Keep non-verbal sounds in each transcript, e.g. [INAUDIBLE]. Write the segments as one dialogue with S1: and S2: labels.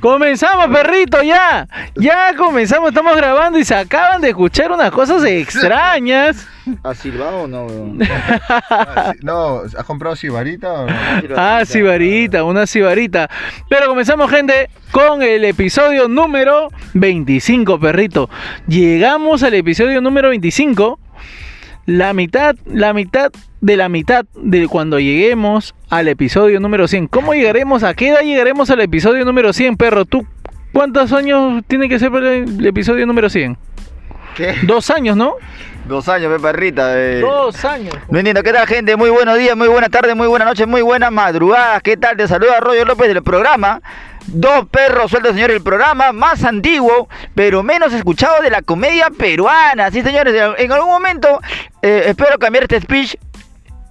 S1: Comenzamos, perrito, ya. Ya comenzamos, estamos grabando y se acaban de escuchar unas
S2: [LAUGHS]
S1: cosas extrañas.
S3: ¿Has silbado o no, weón?
S2: No, ¿has comprado sibarita o no?
S1: [LAUGHS] Ah, sibarita, una sibarita. Pero comenzamos, gente, con el episodio número 25, perrito. Llegamos al episodio número 25. La mitad, la mitad de la mitad de cuando lleguemos al episodio número 100. ¿Cómo llegaremos? ¿A qué edad llegaremos al episodio número 100, perro? ¿Tú cuántos años tiene que ser para el episodio número 100?
S3: ¿Qué?
S1: Dos años, ¿no?
S3: Dos años, pe perrita. eh.
S1: Dos años.
S3: No entiendo, ¿qué tal, gente? Muy buenos días, muy buenas tardes, muy buenas noches, muy buenas madrugadas. ¿Qué tal? Te saluda Roger López del programa. Dos perros sueltos, señor, el programa más antiguo, pero menos escuchado de la comedia peruana. Sí, señores, en algún momento eh, espero cambiar este speech.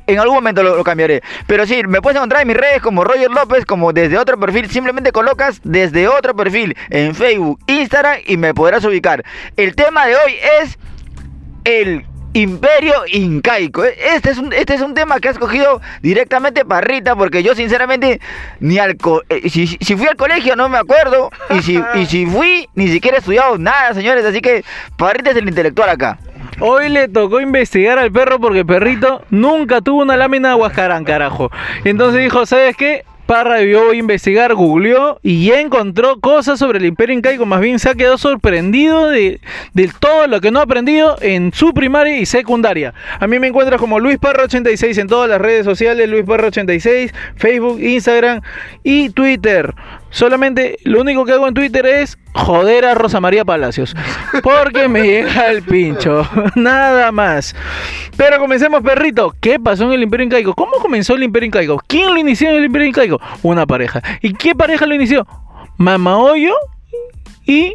S3: En algún momento lo, lo cambiaré. Pero sí, me puedes encontrar en mis redes como Roger López, como desde otro perfil. Simplemente colocas desde otro perfil en Facebook, Instagram y me podrás ubicar. El tema de hoy es el imperio incaico. Este es un, este es un tema que ha escogido directamente Parrita, porque yo sinceramente ni al co- eh, si, si fui al colegio no me acuerdo, y si,
S2: [LAUGHS]
S3: y si fui ni siquiera he estudiado nada, señores, así que Parrita es el intelectual acá.
S1: Hoy le tocó investigar al perro porque el perrito nunca tuvo una lámina de Huascarán, carajo. Entonces dijo, ¿sabes qué? Parra debió investigar, googleó y ya encontró cosas sobre el imperio incaico. Más bien se ha quedado sorprendido de, de todo lo que no ha aprendido en su primaria y secundaria. A mí me encuentras como Luis Parra 86 en todas las redes sociales, Luis Parra 86, Facebook, Instagram y Twitter. Solamente lo único que hago en Twitter es joder a Rosa María Palacios. Porque me llega el pincho. [LAUGHS] Nada más. Pero comencemos, perrito. ¿Qué pasó en el Imperio Incaico? ¿Cómo comenzó el Imperio Incaico? ¿Quién lo inició en el Imperio Incaico? Una pareja. ¿Y qué pareja lo inició? Mamaoyo y.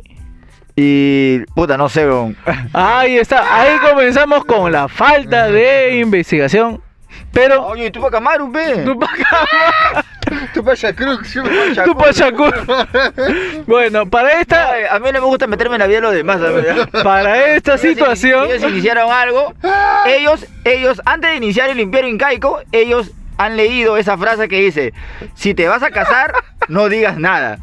S3: Y puta, no sé,
S2: [LAUGHS]
S3: weón.
S1: Ahí está. Ahí comenzamos con la falta de investigación. Pero.
S3: Oye, tú para Camaru, pe.
S2: Tu pasa crux, yo me
S1: Tu pachacu- Bueno, para esta.
S3: Ay, A mí no me gusta meterme en la vida de los demás, la
S2: [LAUGHS]
S3: verdad.
S1: Para esta
S3: Ellos ini-
S1: situación.
S3: Ellos iniciaron
S1: [LAUGHS]
S3: algo. Ellos, ellos, antes de iniciar el imperio incaico, ellos han leído esa frase que dice: Si te vas a
S1: [LAUGHS]
S3: casar, no digas nada.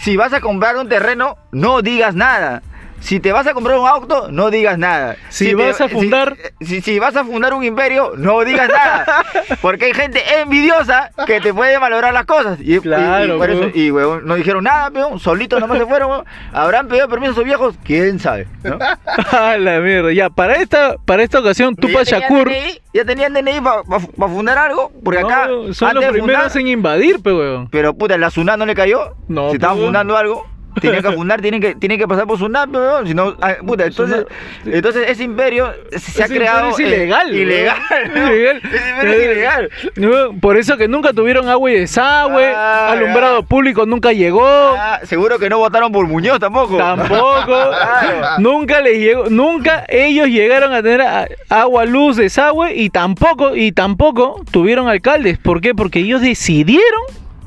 S3: Si vas a comprar un terreno, no digas nada. Si te vas a comprar un auto, no digas nada.
S1: Si
S3: te-
S1: vas a fundar-
S3: Si, si vas a fundar un imperio, no digas
S1: [LAUGHS]
S3: nada. Porque hay gente envidiosa que te puede valorar las cosas. Y, y- y
S1: Claro,
S3: por eso-
S1: weón.
S3: y, weón, no dijeron nada, peón. Solitos nomás se fueron, weón. ¿Habrán pedido permiso a sus viejos? ¿Quién sabe? ¿no?
S1: A la mierda, ya, para esta, para esta ocasión, Tupac
S3: ya tenían
S1: Shakur.
S3: DNI, Ya tenían DNI para fundar algo, porque acá.
S1: no, son
S3: antes de
S1: los primeros
S3: fundar-
S1: en invadir, pe weón.
S3: Pero puta, la SUNAT no le cayó.
S1: No,
S3: si estaban
S1: pues.
S3: fundando algo, tenían
S1: [LAUGHS]
S3: que fundar, tienen que, tienen que pasar por SUNAT, pero no, si no. ah, Puta, entonces, entonces ese imperio se, se ha
S1: Ese
S3: creado.
S1: imperio
S3: eh,
S1: Es ilegal. weón. [LAUGHS]
S3: Ilegal. ¿no?
S1: Ilegal.
S3: Ese imperio es
S1: Eh,
S3: ilegal.
S1: no, Por eso que nunca tuvieron agua y desagüe,
S3: Ah,
S1: alumbrado público nunca llegó,
S3: Ah, seguro que no votaron por Muñoz tampoco.
S1: tampoco.
S3: Claro.
S1: Nunca les llegó, nunca ellos llegaron a tener a- agua, luz, desagüe y tampoco y tampoco tuvieron alcaldes. ¿Por qué? Porque ellos decidieron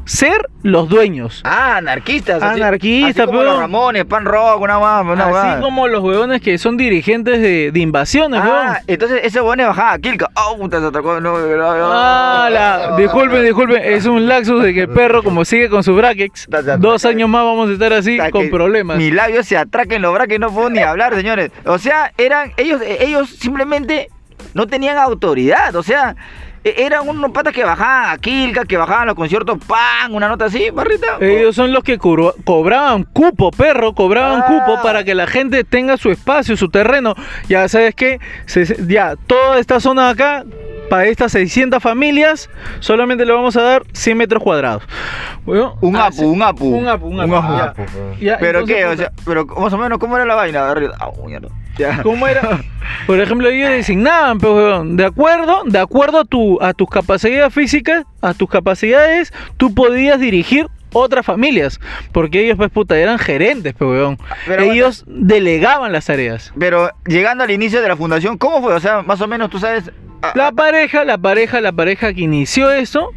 S1: ser los dueños.
S3: [LAUGHS] Ah, anarquistas. así-
S1: Anarquistas,
S3: así como
S1: pero-
S3: los Ramones, Pan Rock, una más, una
S1: Así
S3: más.
S1: como los huevones que son dirigentes de, de invasiones, huevón.
S3: Ah, entonces ese bueno bajaba a Kilka. Oh, puta, se atacó. No, no, no.
S1: Ah, la- disculpen, disculpen, es un laxus de que el perro como sigue con sus brackets, dos años más vamos a estar así
S3: Hasta
S1: con
S3: que
S1: problemas.
S3: Mis labios se atraquen los braques, no
S1: [LAUGHS]
S3: puedo ni hablar, señores. O sea, eran ellos, eh, ellos simplemente no tenían autoridad. O sea, e- eran unos patas que bajaban a Kilka, que bajaban a los conciertos, ¡pam! Una nota así, barrita.
S1: Ellos son los que curo- cobraban cupo, perro, cobraban
S3: Ah.
S1: cupo para que la gente tenga su espacio, su terreno. Ya sabes que, ya, toda esta zona de acá, para estas 600 familias, solamente le vamos a dar 100 metros cuadrados. Huevón,
S3: Un
S1: ah,
S3: apu, un apu.
S1: un apu, un apu, ya.
S3: ya.
S1: ya,
S3: Oh, Pero
S1: entonces,
S3: qué, o
S1: puta,
S3: sea, pero más o menos, ¿cómo era la vaina, barrita? Ah, mierda. Ya.
S1: ¿Cómo era? [LAUGHS] Por ejemplo, ellos designaban, pues, weón, de acuerdo, de acuerdo a, tu, a tus capacidades físicas, a tus capacidades, tú podías dirigir otras familias, porque ellos, pues, puta, eran gerentes, pues, weón.
S3: Pero
S1: ellos delegaban las tareas.
S3: Pero llegando al inicio de la fundación, ¿cómo fue? O sea, más o menos, tú sabes. a-
S1: La pareja, la pareja, la pareja que inició eso,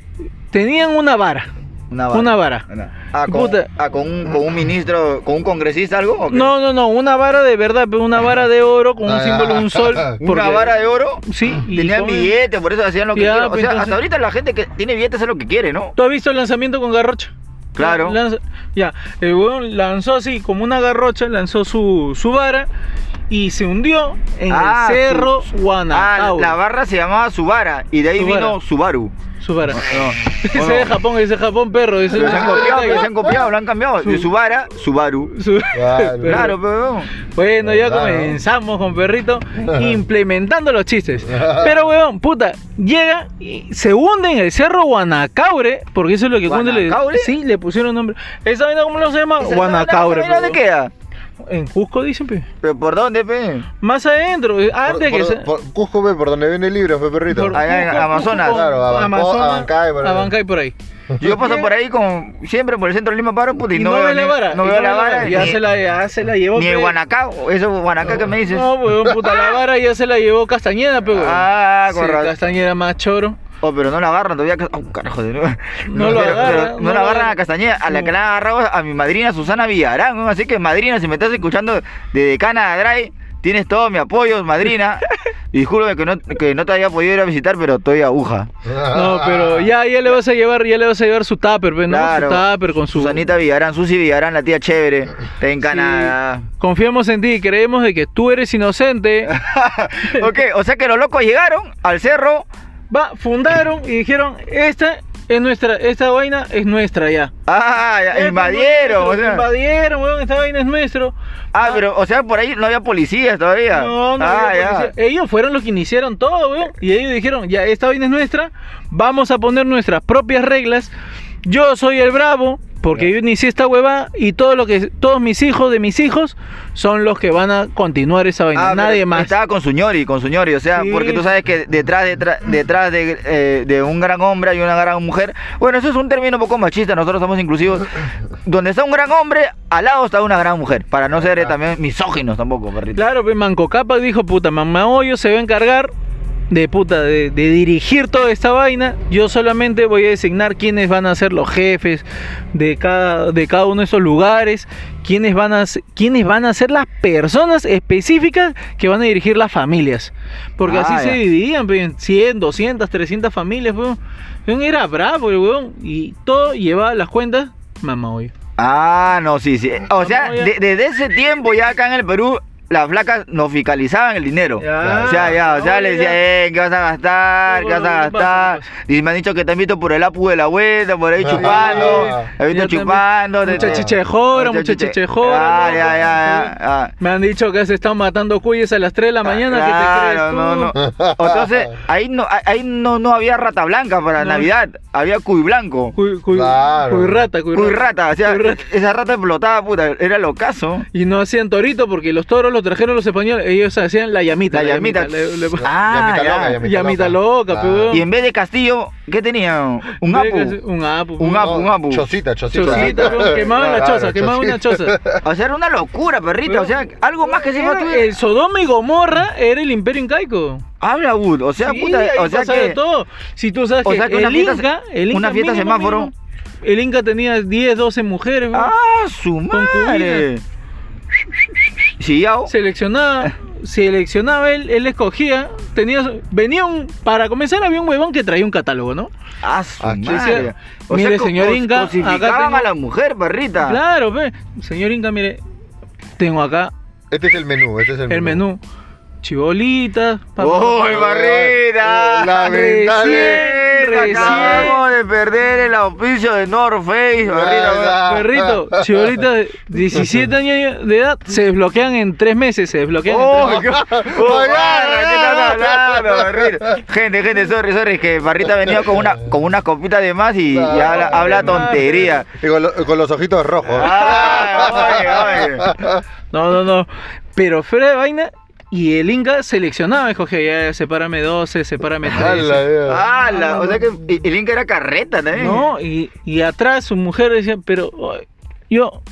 S1: tenían una vara,
S3: una vaina.
S1: una vara.
S3: Ah, con,
S1: Puta.
S3: ah, con, un, con un ministro, con un congresista, algo. ¿o qué?
S1: No, no, no, una vara de verdad, pero una vara de oro con un
S2: Ah,
S1: símbolo de un sol.
S2: una
S3: Una vara de oro.
S1: Sí, y
S3: Tenían
S1: con-
S3: billetes, por eso hacían lo que
S1: Ya,
S3: quieran. O
S1: pues,
S3: sea,
S1: entonces-
S3: hasta ahorita la gente que tiene billetes hace lo que quiere, ¿no?
S1: ¿Tú has visto el lanzamiento con Garrocha?
S3: Claro.
S1: Lanza- ya, el huevón lanzó así, como una garrocha, lanzó su, su vara y se hundió en
S3: Ah,
S1: el cerro
S3: su- Ah,
S1: Guanatauro.
S3: la barra se llamaba Subara y de ahí
S1: Subara.
S3: vino Subaru.
S1: Su vara. [LAUGHS] ese
S3: no.
S1: de Japón, ese de Japón, perro. Ese
S3: Pero se han copiado, pero se han copiado, lo han cambiado. De
S1: Su-
S3: Subara, Subaru.
S1: Su-
S2: Claro.
S3: Claro, pero
S1: Bueno, ya
S2: Claro.
S1: comenzamos
S3: [LAUGHS]
S1: con perrito implementando los chistes. Pero, weón, puta, llega y se hunde en el cerro Guanacaure, porque eso es lo que cuando le,
S3: ¿Guanacaure?
S1: sí, le pusieron nombre. ¿Esa vaina cómo lo se llama?
S3: ¿Esa-
S1: Guanacaure.
S3: esa vaina ¿Dónde
S1: pe,
S3: queda?
S1: weón. En Cusco, dicen, pe.
S3: ¿Pero por dónde, pe?
S1: Más adentro, eh,
S2: Por-
S1: antes
S2: por-
S1: que se...
S2: por Cusco, ve, por donde viene el libro, fue perrito.
S1: por
S3: allá en
S1: Cusco,
S3: Amazonas.
S1: Cusco,
S2: Claro, Abancó,
S1: Amazonas,
S2: Abancay, por ahí.
S1: Abancay por ahí.
S3: Yo paso por ahí con, siempre por el centro de Lima paro, puta, y,
S1: Y no ve la
S3: ni-
S1: vara.
S3: No
S1: y
S3: veo la vara.
S1: Ya
S3: ni-
S1: se la, ya se la llevó.
S3: Ni el
S1: pe.
S3: Guanacao, eso Guanacá que me dices.
S1: No, weón, puta, la vara ya se la llevó Castañeda, pe, weón.
S3: Ah, con
S1: Sí,
S3: razón.
S1: Castañeda más choro.
S3: Oh, pero no la agarran todavía. ca- Oh, carajo, de nuevo.
S1: No lo
S3: pero-
S1: agarran,
S3: pero
S1: no
S3: No la
S1: lo
S3: agarran a
S1: agarran.
S3: Castañeda. A la que la han agarrado es a mi madrina Susana Villarán. ¿no? Así que, madrina, si me estás escuchando desde Canadá Drive, tienes todo mi apoyo,
S1: [LAUGHS]
S3: madrina. Y Discúlpame que no, que no te había podido ir a visitar, pero estoy aguja.
S2: Ah,
S1: No,
S3: ah,
S1: pero ya, ya le vas a llevar, ya le vas a llevar su tupper, pe, ¿no?
S3: Claro.
S1: Su tupper con su...
S3: Susanita Villarán, Susi Villarán, la tía chévere. Está en
S1: Sí. [LAUGHS]
S3: Canadá.
S1: Confiamos en ti, creemos de que tú eres
S3: [LAUGHS]
S1: inocente.
S3: ok, o sea que los locos llegaron al cerro.
S1: Va, fundaron y dijeron, esta es nuestra, esta vaina es nuestra ya.
S3: Ah, ya,
S1: Esto es
S3: invadieron.
S1: nuestro,
S3: o sea.
S1: Invadieron, weón, esta vaina es nuestro.
S3: Ah, pero, o sea, por ahí no había policías todavía.
S1: No, no,
S3: ah,
S1: había
S3: ya.
S1: policía. ellos fueron los que iniciaron todo, weón. Y ellos dijeron, ya, esta vaina es nuestra, vamos a poner nuestras propias reglas. Yo soy el bravo, porque yo inicié esta hueva y todo lo que, todos mis hijos de mis hijos son los que van a continuar esa vaina.
S3: Ah,
S1: Nadie
S3: pero
S1: más.
S3: Estaba con su ñori, con su ñori, o sea,
S1: Sí.
S3: porque tú sabes que detrás, detrás, detrás de, eh, de un gran hombre hay una gran mujer. Bueno, eso es un término un poco machista, nosotros somos inclusivos. Donde está un gran hombre, al lado está una gran mujer, para no ser eh, también misóginos tampoco, perrito.
S1: Claro, pues Manco Capac dijo, puta, Mamá Hoyo se va a encargar de puta, de, de dirigir toda esta vaina. Yo solamente voy a designar quiénes van a ser los jefes de cada, de cada uno de esos lugares, quiénes van, a, se- quiénes van a ser las personas específicas que van a dirigir las familias. Porque
S3: Ah,
S1: así
S3: ya.
S1: se dividían, pues, en 100, 200, 300 familias, weón. Weón, Era bravo, el weón. Y todo llevaba las cuentas, Mamá Hoyo.
S3: Ah, no, sí, sí. O sea,
S1: No, ya.
S3: de- desde ese tiempo ya acá en el Perú, las flacas nos fiscalizaban el dinero.
S1: Ya.
S3: O sea, ya, o sea,
S1: Ahora
S3: le decía,
S1: Ah, ya.
S3: eh, ¿qué vas a gastar?
S1: Sí,
S3: ¿Qué vas
S1: bueno,
S3: a
S1: ¿qué pasa?
S3: gastar? Y me han dicho que te han visto por el apu de la vuelta, por ahí
S2: Ah.
S3: chupando.
S2: Ya.
S3: Te han visto
S1: Ya te han
S3: chupando. te-
S1: Mucha
S3: te-
S1: chichejora,
S3: Mucha
S1: mucha
S3: chiche-
S1: chichejora,
S3: Ah,
S1: loco.
S3: ya, ya, ya. ah.
S1: Me han dicho que se están matando cuyes a las 3 de la mañana.
S3: Claro,
S1: ¿qué te crees tú?
S3: no, no. Entonces, ahí no, ahí no, no había rata blanca para
S1: No.
S3: Navidad, había cuy blanco.
S1: Cuy, cuy-
S2: Claro.
S1: cuy rata, cuy
S3: Cuy
S1: rata.
S3: rata, o sea,
S1: Cuy rata.
S3: esa rata explotada, puta, era locazo.
S1: Y no hacían torito porque los toros los trajeron los españoles. Ellos hacían la llamita.
S3: La llamita.
S1: Le- le-
S3: Ah,
S2: Llamita
S3: ya.
S2: loca, llamita
S1: Llamita
S2: loca,
S1: loca, pe, weón.
S3: Y en vez de castillo, ¿qué tenía? Un
S1: [LAUGHS]
S3: apu.
S1: Un apu.
S3: Un
S1: pe.
S3: apu, un apu.
S2: Chocita, chocita.
S1: Chocita,
S3: [LAUGHS]
S1: weón, quemaban la
S2: Claro,
S1: choza, quemaban una choza.
S3: O sea, era una locura, perrito. O sea, algo [LAUGHS] más que se fue a tu-
S1: Era- El Sodoma y Gomorra era el imperio incaico.
S3: Habla, Wood. O sea,
S1: Sí,
S3: puta,
S1: ahí
S3: o sea
S1: pasaba de
S3: que.
S1: todo. Si tú sabes
S3: o
S1: que,
S3: sea que una
S1: el,
S3: fiesta-
S1: Inca, el Inca
S3: una fiesta
S1: mínimo,
S3: semáforo.
S1: mínimo, el Inca tenía 10, 12 mujeres, weón.
S3: ¡Ah, su madre!
S1: Concubinas.
S3: Sí, ya.
S1: seleccionaba, seleccionaba él, él escogía, tenía, su- venía un, para comenzar había un huevón que traía un catálogo, ¿no?
S3: ¡Ah, su
S2: Ah, sí,
S3: madre!
S1: sí. Mire,
S3: co-
S1: señor
S3: cos-
S1: Inca, acá
S3: cosificaban
S1: tengo-
S3: a la mujer, perrita.
S1: Claro, pe. señor Inca, mire, tengo acá
S2: Este es el menú, este es el menú.
S1: el menú, chibolitas, pa-
S3: ¡Oh, barrita!
S2: Lamentable.
S1: Recién, recién.
S3: Acabamos de perder el auspicio de North Face,
S2: Ah,
S3: barrita.
S2: Verdad.
S1: perrito,
S3: [LAUGHS]
S1: chibolitas de 17 años de edad se desbloquean en 3 meses, se desbloquean. en
S3: ¡Oh,
S1: tres meses.
S3: [LAUGHS] qué-
S2: [LAUGHS]
S3: oh, barra, ¿qué estás hablando, barrita? Gente, gente, sorry, sorry, que Barrita ha venido con una, con una copita de más y, y habla, habla
S2: [LAUGHS]
S3: tontería.
S2: Y con, lo- con los ojitos rojos.
S1: Ah,
S3: Ay, oye, oye.
S1: No, no, no. Pero fuera de vaina. Y el Inca seleccionaba, escogía, ya, sepárame 12,
S3: [LAUGHS]
S1: sepárame 13.
S2: Ala, ya.
S1: Ah.
S3: Ala, Ah, o sea que el Inca era carreta también.
S1: No, y, y atrás su mujer decía, pero ay, yo,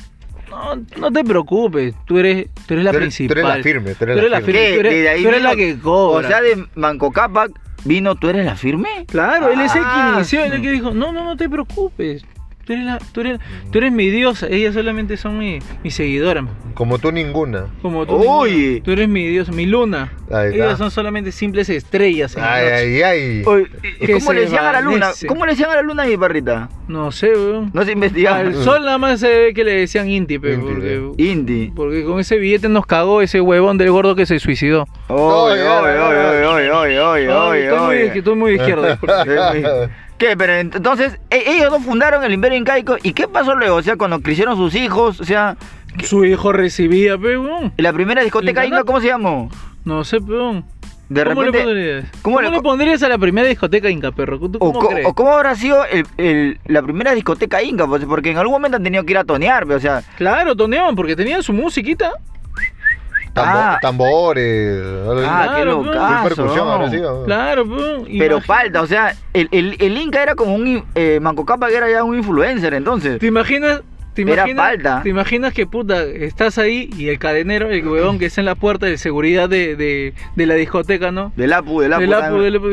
S1: no, no te preocupes, tú eres, tú eres la
S2: Tú eres- tú
S1: principal.
S2: eres la firme, tú eres la firme.
S3: ¿Qué?
S1: tú eres,
S3: Desde ahí
S1: tú eres
S3: vino-
S1: la que cobra.
S3: O sea, de Manco Capac vino, ¿tú eres la firme?
S1: claro, él es el que
S3: Ah,
S1: inició, él es
S3: sí.
S1: el que dijo, no, no, no te preocupes. tú tú eres, la- tú eres, tú eres mi diosa, ellas solamente son mi, mi seguidora.
S2: Como tú ninguna.
S1: Como tú.
S3: Uy.
S1: ninguna. Tú eres mi diosa, mi luna.
S2: Ahí está.
S1: Ellas son solamente simples estrellas. en la
S2: Ay,
S1: noche.
S2: ay, ay.
S3: Oye,
S1: Que
S3: ¿Cómo
S1: se
S3: le decían a la luna?
S1: desvanece.
S3: ¿Cómo le decían a la luna a mi parrita?
S1: No sé, weón.
S3: No se
S1: Al
S3: investigaba.
S1: sol nada más se ve que le decían Inti, pe,
S2: Inti,
S1: porque,
S3: Indy.
S1: porque con ese billete nos cagó ese huevón del gordo que se suicidó.
S3: Oye,
S2: ya,
S3: oye,
S2: ya,
S3: oye,
S2: ya.
S3: oye, oye, oye,
S1: Ay,
S3: oye,
S1: estoy, muy,
S3: oye.
S1: de- estoy muy de izquierda, disculpa.
S3: Sí, [LAUGHS] sí. ¿Qué? Pero ent- entonces, e- ellos dos fundaron el Imperio Incaico. ¿Y qué pasó luego? O sea, cuando crecieron sus hijos, o sea,
S1: Su hijo recibía, pe, weón.
S3: la primera discoteca
S1: Lincoln.
S3: inca, ¿cómo se llamó?
S1: No sé, peón.
S3: De
S1: ¿Cómo le
S3: repente.
S1: pondrías?
S3: ¿cómo
S1: ¿Cómo,
S3: le
S1: le
S3: co-
S1: pondrías a la primera discoteca Inca, perro? ¿Tú
S3: O,
S1: cómo
S3: co-
S1: crees?
S3: o cómo habrá sido el- el- la primera discoteca inca, pues, porque en algún momento han tenido que ir a tonear, pero, o sea,
S1: Claro, toneaban porque tenían su musiquita.
S2: [LAUGHS] Tambo-
S3: Ah.
S2: Tambores.
S3: ah,
S1: claro,
S3: qué
S1: pues.
S3: locazo.
S2: percusión,
S3: ¿no?
S2: ahora sí. ¿no?
S1: Claro, peón.
S3: Pero
S1: Imagi-
S3: falta, o sea, el, el, el Inca era como un. in- Eh, Manco Cápac era ya un influencer, entonces.
S1: ¿Te imaginas? ¿Te
S3: Era
S1: imaginas,
S3: falda.
S1: ¿Te imaginas que puta estás ahí y el cadenero, el huevón que está en la puerta de seguridad de, de, de la discoteca, ¿no?
S3: Del Apu, del Apu.
S1: el Apu,
S3: dame.
S1: el, Apu,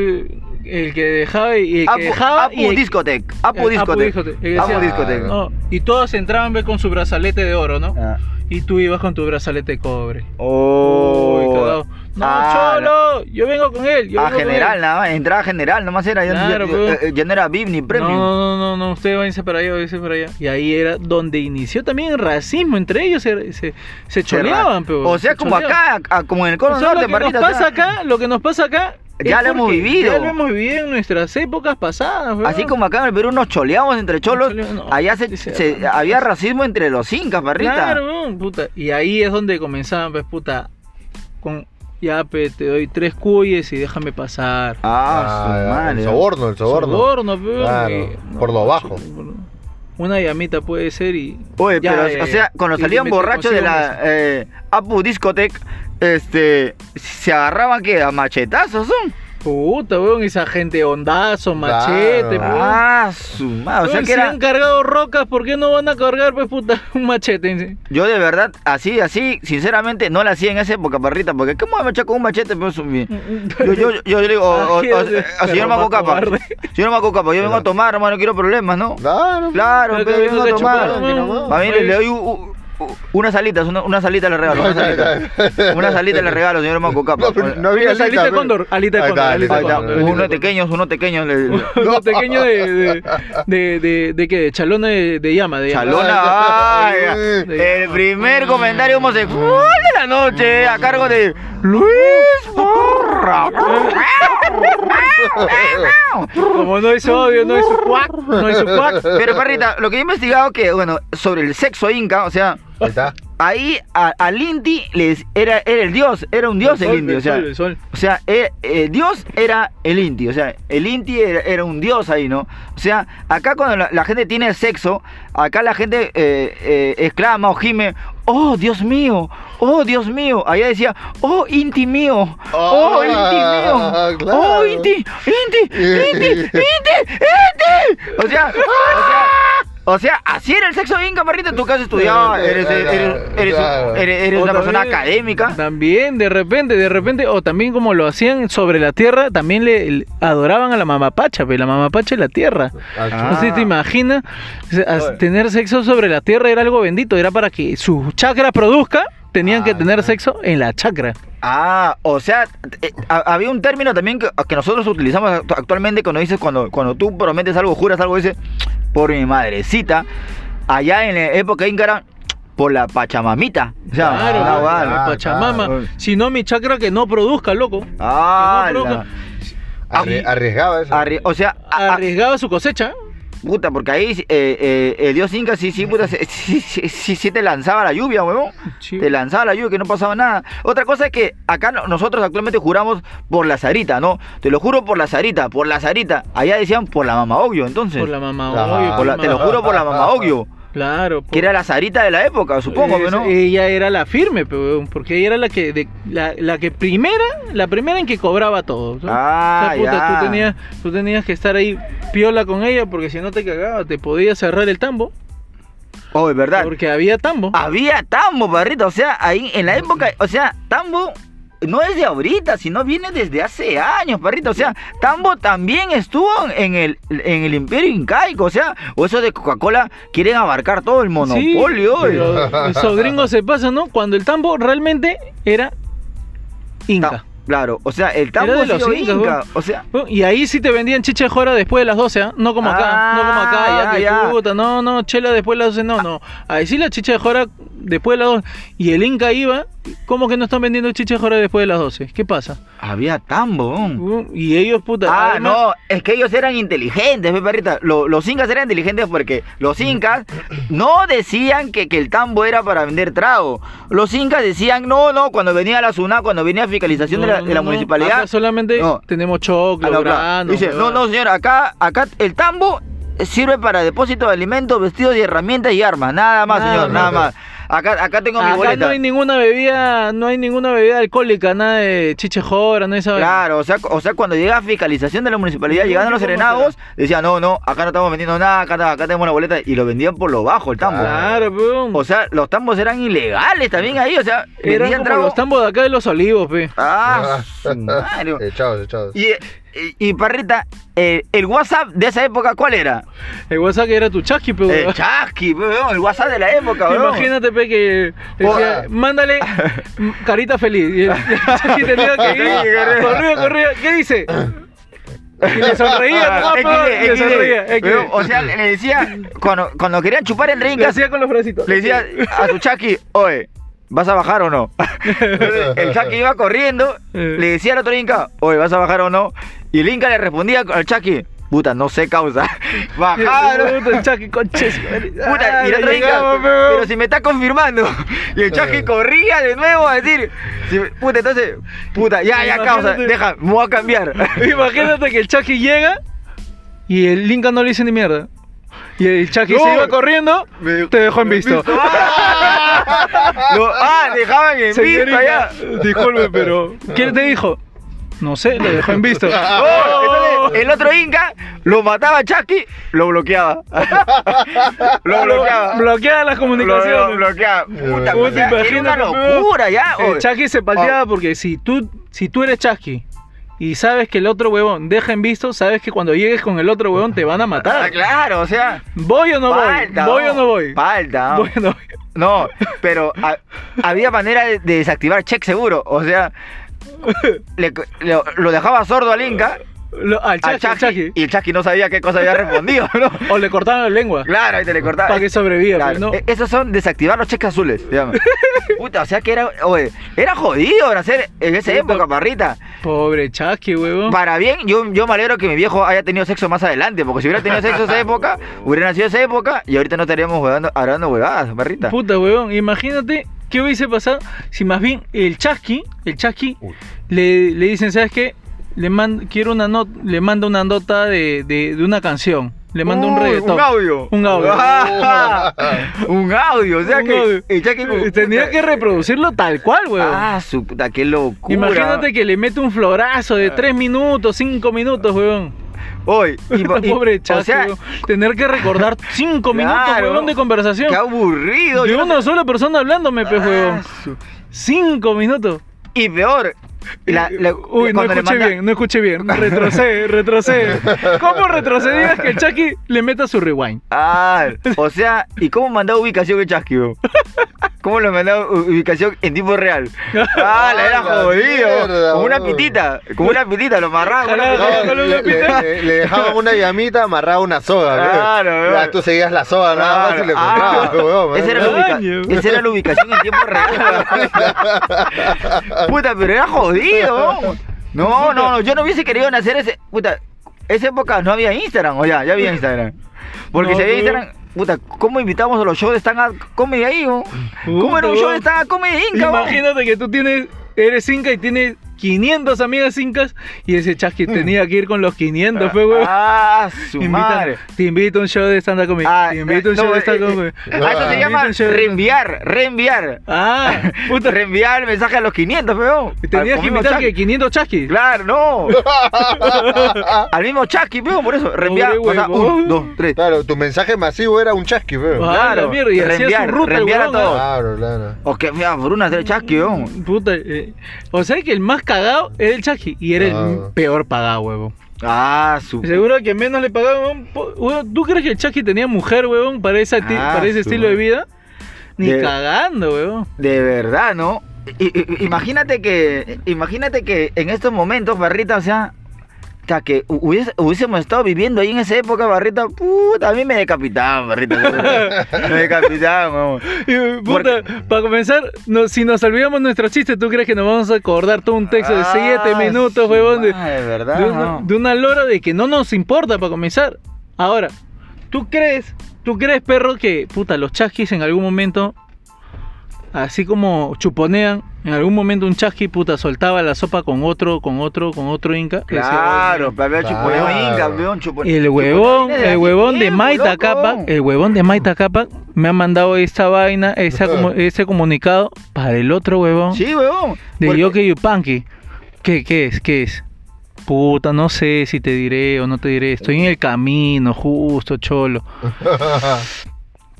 S1: el que dejaba y el
S3: Apu,
S1: que dejaba y
S3: Apu
S1: el-
S3: Discotec. Apu
S1: el Apu
S3: Discotec.
S1: Discotec, el que
S3: Apu
S1: decía-
S3: Discotec.
S1: no, y todos entraban ve, con su brazalete de oro, ¿no?
S3: Ah.
S1: Y tú ibas con tu brazalete de cobre.
S3: Oh.
S1: Uy, cagado. No,
S3: Ah,
S1: cholo, yo vengo con él. Yo
S3: A
S1: vengo con
S3: general,
S1: él.
S3: nada más, entrada general, nomás era. Ya,
S1: Claro,
S3: ya-
S1: pues.
S3: eh, ya no era VIP ni premium.
S1: No, no, no, no, ustedes váyanse para allá, váyanse para allá. Y ahí era donde inició también el racismo entre ellos, se, se, se choleaban, pe,
S3: O sea,
S1: se
S3: como
S1: choleaban.
S3: acá, a- como en el Cono
S1: O sea, lo
S3: Norte,
S1: que nos
S3: parrita,
S1: pasa
S3: o sea,
S1: acá, lo que nos pasa acá.
S3: Ya
S1: es
S3: lo hemos
S1: porque
S3: vivido.
S1: Ya lo hemos vivido en nuestras épocas pasadas, weón.
S3: Así como acá en el Perú nos choleamos entre cholos,
S1: choleamos, no.
S3: allá se,
S1: Dice,
S3: se-
S1: ah,
S3: había racismo entre los incas, parrita.
S1: Claro, weón, puta. Y ahí es donde comenzaban, pues, puta. Con. Ya, pe, te doy tres cuyes y déjame pasar.
S3: Ah, su
S2: Ah,
S3: madre.
S2: el soborno, el soborno.
S1: Soborno, pe, weón,
S2: Claro,
S1: que-
S2: por lo bajo.
S1: Una llamita puede ser y.
S3: Oye,
S1: ya,
S3: pero,
S1: eh,
S3: o sea, cuando
S1: y
S3: salían
S1: me-
S3: borrachos de
S1: consigo
S3: la eh, Apu Discotec, este, se agarraban que a machetazos son.
S1: mis- Puta, weón, esa gente ondazo,
S2: Claro.
S1: machete, pe, weón.
S3: Ah, su madre. O sea
S1: Weón,
S3: que
S1: si
S3: era,
S1: han cargado rocas, ¿por qué no van a cargar, pues, puta, [LAUGHS] un machete?
S3: yo de verdad, así, así, sinceramente, no la hacía en esa época, parrita, porque ¿cómo me echar con un machete? Pues, mi- yo,
S1: [LAUGHS]
S3: yo, yo, yo le digo, o, o-
S1: Ay,
S3: o-
S1: Dios,
S3: o- señor
S1: pero más
S3: Maco Capa,
S1: cobarde.
S3: señor Maco Capa, yo vengo a tomar, hermano, no quiero problemas, ¿no?
S2: Claro.
S3: Claro,
S1: Creo que
S3: pero yo vengo a
S1: de
S3: tomar.
S1: chupar, ¿no?
S3: A mí
S2: pues.
S3: le, le doy u- u- u- unas alitas, una, unas alitas le regalo, unas alitas. Unas alitas le regalo, señor Maco Capa.
S2: No, pero no había
S1: eh, Alita
S2: alita,
S1: de
S2: pero-
S1: cóndor, alita de
S2: Ahí
S1: cóndor, alita
S2: está,
S3: Ahí
S1: de
S3: está,
S1: cóndor, alita
S3: unos
S1: de cóndor.
S3: pequeños, unos pequeños. le- le-
S1: [LAUGHS] Uno pequeño de, de, de, de, de qué, de chalona de, de llama, de llama.
S3: Chalona,
S2: Ay,
S3: ay,
S2: ay,
S1: ay.
S3: el primer comentario homosexual de la noche a cargo de Luis
S2: [LAUGHS]
S3: Borra.
S1: Como no es obvio, no es su cuac, no es su cuac.
S3: Pero parrita, lo que yo he investigado que, bueno, sobre el sexo inca, o sea,
S2: Ahí está.
S3: ahí a- al Inti les era, era el dios, era un [LAUGHS] dios el,
S1: sol,
S3: Inti, o
S1: el
S3: sea,
S1: sol, el sol.
S3: o sea, eh, eh, Dios era el Inti, o sea, el Inti era, era un Dios ahí, ¿no? O sea, acá cuando la, la gente tiene sexo, acá la gente eh, eh, exclama o gime, oh Dios mío, oh Dios mío, allá decía, oh Inti mío, oh
S2: Ah,
S3: Inti mío,
S2: claro.
S3: oh Inti,
S2: [LAUGHS]
S3: Inti, Inti, Inti, Inti, o sea, o sea... O sea, así era el sexo inca, marrita, tú que has estudiado, eres, eres, eres, eres,
S2: Claro.
S3: eres- eres
S1: O
S3: una persona
S1: también-
S3: académica.
S1: También, de repente, de repente, o también como lo hacían sobre la tierra, también le, le adoraban a la mamapacha, pe, la mamapacha de la tierra.
S2: Ah,
S1: No sé si te imaginas, o sea, as- tener sexo sobre la tierra era algo bendito, era para que su chakra produzca, tenían que
S2: Ah,
S1: tener
S2: ya.
S1: sexo en la chakra.
S3: Ah, o sea, eh, ha- había un término también que, que nosotros utilizamos act- actualmente cuando dices, cuando, cuando tú prometes algo, juras algo, dices, por mi madrecita. Allá en la época inca era por la pachamamita. O sea, ah,
S1: Claro,
S3: una
S1: la,
S3: huevada,
S1: la
S3: ¿no?
S2: claro,
S1: Pachamama.
S3: claro.
S1: Si no, mi chakra que no produzca, loco.
S3: Ah,
S1: no,
S3: la-
S1: loco.
S2: arri- Arriesgaba eso.
S3: arri- ah, o sea, a- a-
S1: Arriesgaba su cosecha.
S3: puta, porque ahí eh, eh, el dios inca sí, sí, puta, sí, sí, sí- sí- sí te lanzaba la lluvia, huevón.
S1: Sí.
S3: Te lanzaba la lluvia que no pasaba nada. Otra cosa es que acá no- nosotros actualmente juramos por la zarita, ¿no? Te lo juro por la zarita, por la zarita. Allá decían por la mamá obvio, entonces.
S1: Por la mamá,
S2: Ah,
S1: obvio,
S3: Por la- te lo
S1: mamá.
S3: juro por la mamá obvio.
S1: Claro. por-
S3: Que era la zarita de la época, supongo,
S1: Es-
S3: ¿no?
S1: Ella era la firme, pe, weón, porque ella era la que de- la, la que primera, la primera en que cobraba todo. ¿no?
S3: Ah,
S1: O sea, puta,
S3: ya.
S1: Tú, tenías, tú tenías que estar ahí piola con ella porque si no te cagaba, te podía cerrar el tambo.
S3: Oh, es verdad. Ah,
S1: Porque había tambo.
S3: Había tambo, parrita. O sea, ahí en la época, o sea, tambo no es de ahorita, sino viene desde hace años, perrito. O sea, Tambo también estuvo en el, en el Imperio Incaico. O sea, o eso de Coca-Cola quieren abarcar todo el
S1: Sí,
S3: monopolio. el-
S1: pero esos gringos se pasan, ¿no? Cuando el tambo realmente era
S3: Ta-
S1: inca.
S3: claro, o sea, el Tambo
S1: Era de
S3: ha sido
S1: los incas,
S3: inca.
S1: weón.
S3: O sea,
S1: Y ahí sí te vendían chicha de jora después de las 12, ¿ah? No como acá,
S3: Ah,
S1: no como acá, ya, que
S3: ya.
S1: puta, no, no, chela después de las 12, no, no. Ahí sí la chicha de jora después de las 12. Y el inca iba, ¿cómo que no están vendiendo chicha de jora después de las 12? ¿Qué pasa?
S3: había Tambo. weón.
S1: Y ellos, puta,
S3: Mm. Ah,
S1: además-
S3: no, es que ellos eran inteligentes, pe, perrita. Lo- los incas eran inteligentes porque
S1: Mm.
S3: los incas no decían que, que el tambo era para vender trago. Los incas decían, no, no, cuando venía la SUNA, cuando venía fiscalización de la,
S1: no,
S3: de la
S1: no, no.
S3: municipalidad.
S1: Acá solamente
S3: No.
S1: tenemos choclo,
S3: Ah, no, claro.
S1: grano,
S3: Dice, no,
S1: huevada.
S3: no, señor, acá, acá el tambo sirve para depósito de alimentos, vestidos y herramientas y armas. Nada más,
S1: Nada
S3: señor,
S1: más.
S3: nada más. Acá, acá tengo mi
S1: Acá
S3: boleta.
S1: no hay ninguna bebida, no hay ninguna bebida alcohólica, nada de chichejora, no esa vaina.
S3: Claro, o sea, cu- o sea, cuando llega fiscalización de la municipalidad,
S1: Sí,
S3: llegando los
S1: sí, cómo
S3: serenados, decían, no, no, acá no estamos vendiendo nada, acá, acá tenemos la boleta, y lo vendían por lo bajo el tambo.
S1: Claro, peón.
S3: O sea, los tambos eran ilegales también ahí, o sea,
S1: Eran
S3: vendían
S1: como
S3: trago.
S1: los tambos de acá de los olivos, pe.
S2: [LAUGHS]
S3: Ah, su madre.
S2: Echados, echados.
S3: Y, y- y, Parrita, eh, el WhatsApp de esa época, ¿cuál era?
S1: El WhatsApp que era tu chasqui, pe.
S3: El
S1: weón.
S3: chasqui, weón, el WhatsApp de la época, weón.
S1: Imagínate, pe, que decía,
S2: Porra.
S1: mándale m- carita feliz.
S3: [LAUGHS]
S1: Y el [LAUGHS] chasqui tenía que ir, corría, corría. ¿Qué
S3: [LAUGHS]
S1: dice? Y le sonreía,
S3: Ah,
S1: no,
S3: XD,
S1: pe, y le
S3: XD.
S1: sonreía.
S3: Weón,
S1: XD.
S3: O sea, le decía, cuando, cuando querían chupar el ring,
S1: Le hacía con los bracitos.
S3: Le decía a su Chucky, oye, ¿vas a bajar o no? Entonces, el Chucky iba corriendo, le decía al otro Inca, oye, ¿vas a bajar o no? Y el Inca le respondía al Chucky, puta, no sé causa. [LAUGHS] Bajaron.
S1: Puta, el
S3: [LAUGHS]
S1: chasqui, conches.
S3: Puta, y el
S1: Ah,
S3: otro Inca,
S1: llegaba, pe, weón. Eh.
S3: pero si me está confirmando. Y el Chucky corría de nuevo a decir, si- puta, entonces, puta, ya, ya causa,
S1: Imagínate.
S3: deja, me voy a cambiar. [LAUGHS]
S1: Imagínate que el Chucky llega y el Inca no le dice ni mierda. Y el Chucky
S3: No.
S1: se iba corriendo,
S2: Me-
S1: te dejó en visto.
S3: No, ah, dejaban en
S1: Señor
S3: visto allá.
S1: Inca, disculpe, pero ¿quién te dijo? No sé, lo dejó en visto.
S3: [LAUGHS] Oh,
S1: Oh.
S3: entonces, el otro Inca lo mataba a Chucky, lo
S1: [LAUGHS]
S3: bloqueaba. lo bloqueaba. Lo-
S1: Bloqueada las
S3: Lo,
S1: comunicaciones.
S3: bloqueaba. Puta,
S2: Puta,
S3: o sea, era una
S1: imagínate,
S3: locura ya. Oh.
S1: El
S3: o-
S1: Chucky se palteaba porque si tú, si tú eres Chucky y sabes que el otro huevón deja en visto, sabes que cuando llegues con el otro huevón te van a
S3: Ah,
S1: matar.
S3: claro, o sea.
S1: ¿Voy o no voy?
S3: falta,
S1: ¿Voy o no voy?
S3: Falta.
S1: ¿Voy o no voy?
S3: No, pero ha- había manera de, de desactivar check seguro. O sea, le- lo, lo dejaba sordo al Inca.
S1: Lo- al Chucky,
S3: Al
S1: al Chucky.
S3: Chucky, y el Chucky no sabía qué cosa había respondido,
S1: [LAUGHS]
S3: ¿no?
S1: O le cortaron la lengua.
S3: Claro, ahí te le cortaba.
S1: Para que sobreviva,
S3: Claro,
S1: pero no.
S3: e- Esos son desactivar los cheques azules, se
S1: [LAUGHS]
S3: llama. Puta, o sea que era, oye, era jodido hacer en esa
S1: Puta.
S3: época, parrita.
S1: Pobre Chasqui, huevón.
S3: Para bien, yo, yo me alegro que mi viejo haya tenido sexo más adelante, porque si hubiera tenido sexo esa época,
S1: [LAUGHS]
S3: hubiera nacido esa época y ahorita no estaríamos huevando- hablando huevadas, parrita.
S1: Puta, huevón. Imagínate qué hubiese pasado si más bien el Chasqui, el Chasqui,
S2: Uy.
S1: le, le dicen, ¿sabes qué? Le man- quiero una not- le manda una nota de, de- de una canción. Le manda un
S3: Uy,
S1: reggaetón.
S3: Uh, Un audio.
S1: Un audio.
S3: Ah, [LAUGHS] un audio, o sea
S1: Un
S3: que.
S1: audio.
S3: el Chucky-
S1: Eh, Tenía que reproducirlo tal cual, huevón.
S3: Ah, su puta, qué locura.
S1: Imagínate que le mete un florazo
S3: Ah.
S1: de 3 minutos, 5 minutos, huevón.
S3: Hoy.
S1: [LAUGHS]
S3: y- y-
S1: Pobre
S3: O
S1: Chasqui,
S3: sea,
S1: huevón. Tener que recordar 5 minutos,
S3: Claro.
S1: huevón, de conversación.
S3: qué aburrido.
S1: De
S3: yo no
S1: una sola persona hablándome, pe, huevón.
S3: Ah, su-
S1: Cinco minutos.
S3: Y peor, la- la-
S1: Eh, Uy, no
S3: cuando le
S1: escuché
S3: manda-
S1: bien, no escuché bien.
S3: [LAUGHS]
S1: Retrocede, retrocede. ¿Cómo retrocedías que el Chucky le meta su rewind? [LAUGHS]
S3: Ah, o sea, ¿y cómo mandaba ubicación el chasqui, bro? ¿Cómo lo mandaba u- ubicación en tiempo
S1: [LAUGHS]
S3: real? Ah, la era
S2: Ah, la
S3: jodido.
S2: mierda,
S3: como una
S2: bro.
S3: pitita, como una pitita, lo amarraba. [LAUGHS] con una
S1: Jalaba,
S3: pitita.
S2: No, le, le- le dejaban una llamita amarraba una soga, weón.
S3: Claro, weón.
S2: Ya tú seguías la soga nada más y le
S3: Ah, [LAUGHS]
S2: comprabas, weón,
S3: esa, era la
S2: weón.
S1: Coño,
S3: ubica-
S1: bro.
S3: esa era la ubicación en tiempo real. bro. Puta, pero era jodido. bro. No, no, no, yo no hubiese querido nacer ese. Puta, esa época no había Instagram, o ya, ya había Instagram. Porque
S1: No,
S3: si había
S1: bro.
S3: Instagram, puta, ¿cómo invitamos a los shows de Stan a Comedy ahí, bro? ¿Cómo era un
S1: Puta,
S3: show
S1: bro.
S3: de Stan a Comedy Inca, bro?
S1: Imagínate que tú tienes, eres inca y tienes 500 amigas incas y ese chasqui tenía que ir con los 500, fue huevón.
S3: Mm. Ah, su
S1: Te invitan-
S3: madre.
S1: Te invito a un show de stand-up comedy.
S3: Ah,
S1: te invito a un
S3: no,
S1: show de
S3: eh,
S1: stand-up
S3: eh,
S1: comedy.
S3: Ah, eso
S1: Te
S3: se
S1: invito a
S3: llama
S1: un show de-
S3: reenviar, reenviar. [LAUGHS]
S1: Ah, puta.
S3: Reenviar el mensaje a los 500, weón.
S1: Tenías que invitar que 500 chasquis.
S3: Claro, no.
S1: [LAUGHS]
S3: Al mismo Chasqui, weón, por eso. Reenviar.
S1: Pobre
S3: o sea,
S1: huevón.
S3: un, dos, tres.
S2: Claro, tu mensaje masivo era un chasqui,
S1: Ah,
S2: weón.
S1: la
S3: claro,
S1: mierda, y hacía su
S3: reenviar,
S1: ruta el
S3: reenviar a
S1: huevón, ah.
S3: todos.
S2: Claro, claro. [LAUGHS]
S3: O que mira, por una tres Chasqui, weón.
S1: Puta, eh, o sea que el más cagado era el chasqui y era
S2: Ah.
S1: el peor pagado, huevón.
S3: Ah, su.
S1: Seguro que menos le pagaban, huevón. Po- huevón, ¿Tú crees que el chasqui tenía mujer, huevón, para, esa ti-
S3: Ah,
S1: para ese
S3: su
S1: estilo de vida? Ni
S3: De-
S1: cagando, huevón.
S3: De verdad, ¿no? I- i- imagínate que. Imagínate que en estos momentos, Barrita, o sea. o sea, que hu- hubiese- hubiésemos estado viviendo ahí en esa época, Barrita. Puta, a mí me decapitaban, Barrita. [LAUGHS] me decapitaban, weón.
S1: Y, Puta, para comenzar, no- si nos olvidamos nuestro chiste, ¿tú crees que nos vamos a acordar todo un texto de
S3: Ah,
S1: 7 minutos,
S3: su
S1: huevón? De,
S3: madre, verdad,
S1: de una,
S3: Ah, no.
S1: de una lora de que no nos importa para comenzar. Ahora, ¿tú crees, tú crees, perro, que puta, los chasquis en algún momento, así como chuponean, en algún momento un chasqui, puta, soltaba la sopa con otro, con otro, con otro inca? que decía,
S3: Claro, para ver chuponeón
S2: Claro.
S3: inca, weón, chuponeón.
S1: el huevón, el huevón de Maita Capac, el huevón de Maita Capac me ha mandado esta vaina, esa comu- ese comunicado para el otro huevón
S3: Sí, weón.
S1: de
S3: Porque-
S1: Yoke Yupanqui. ¿Qué, ¿Qué es? ¿Qué es? Puta, no sé si te diré o no te diré. Estoy en el camino, justo, cholo.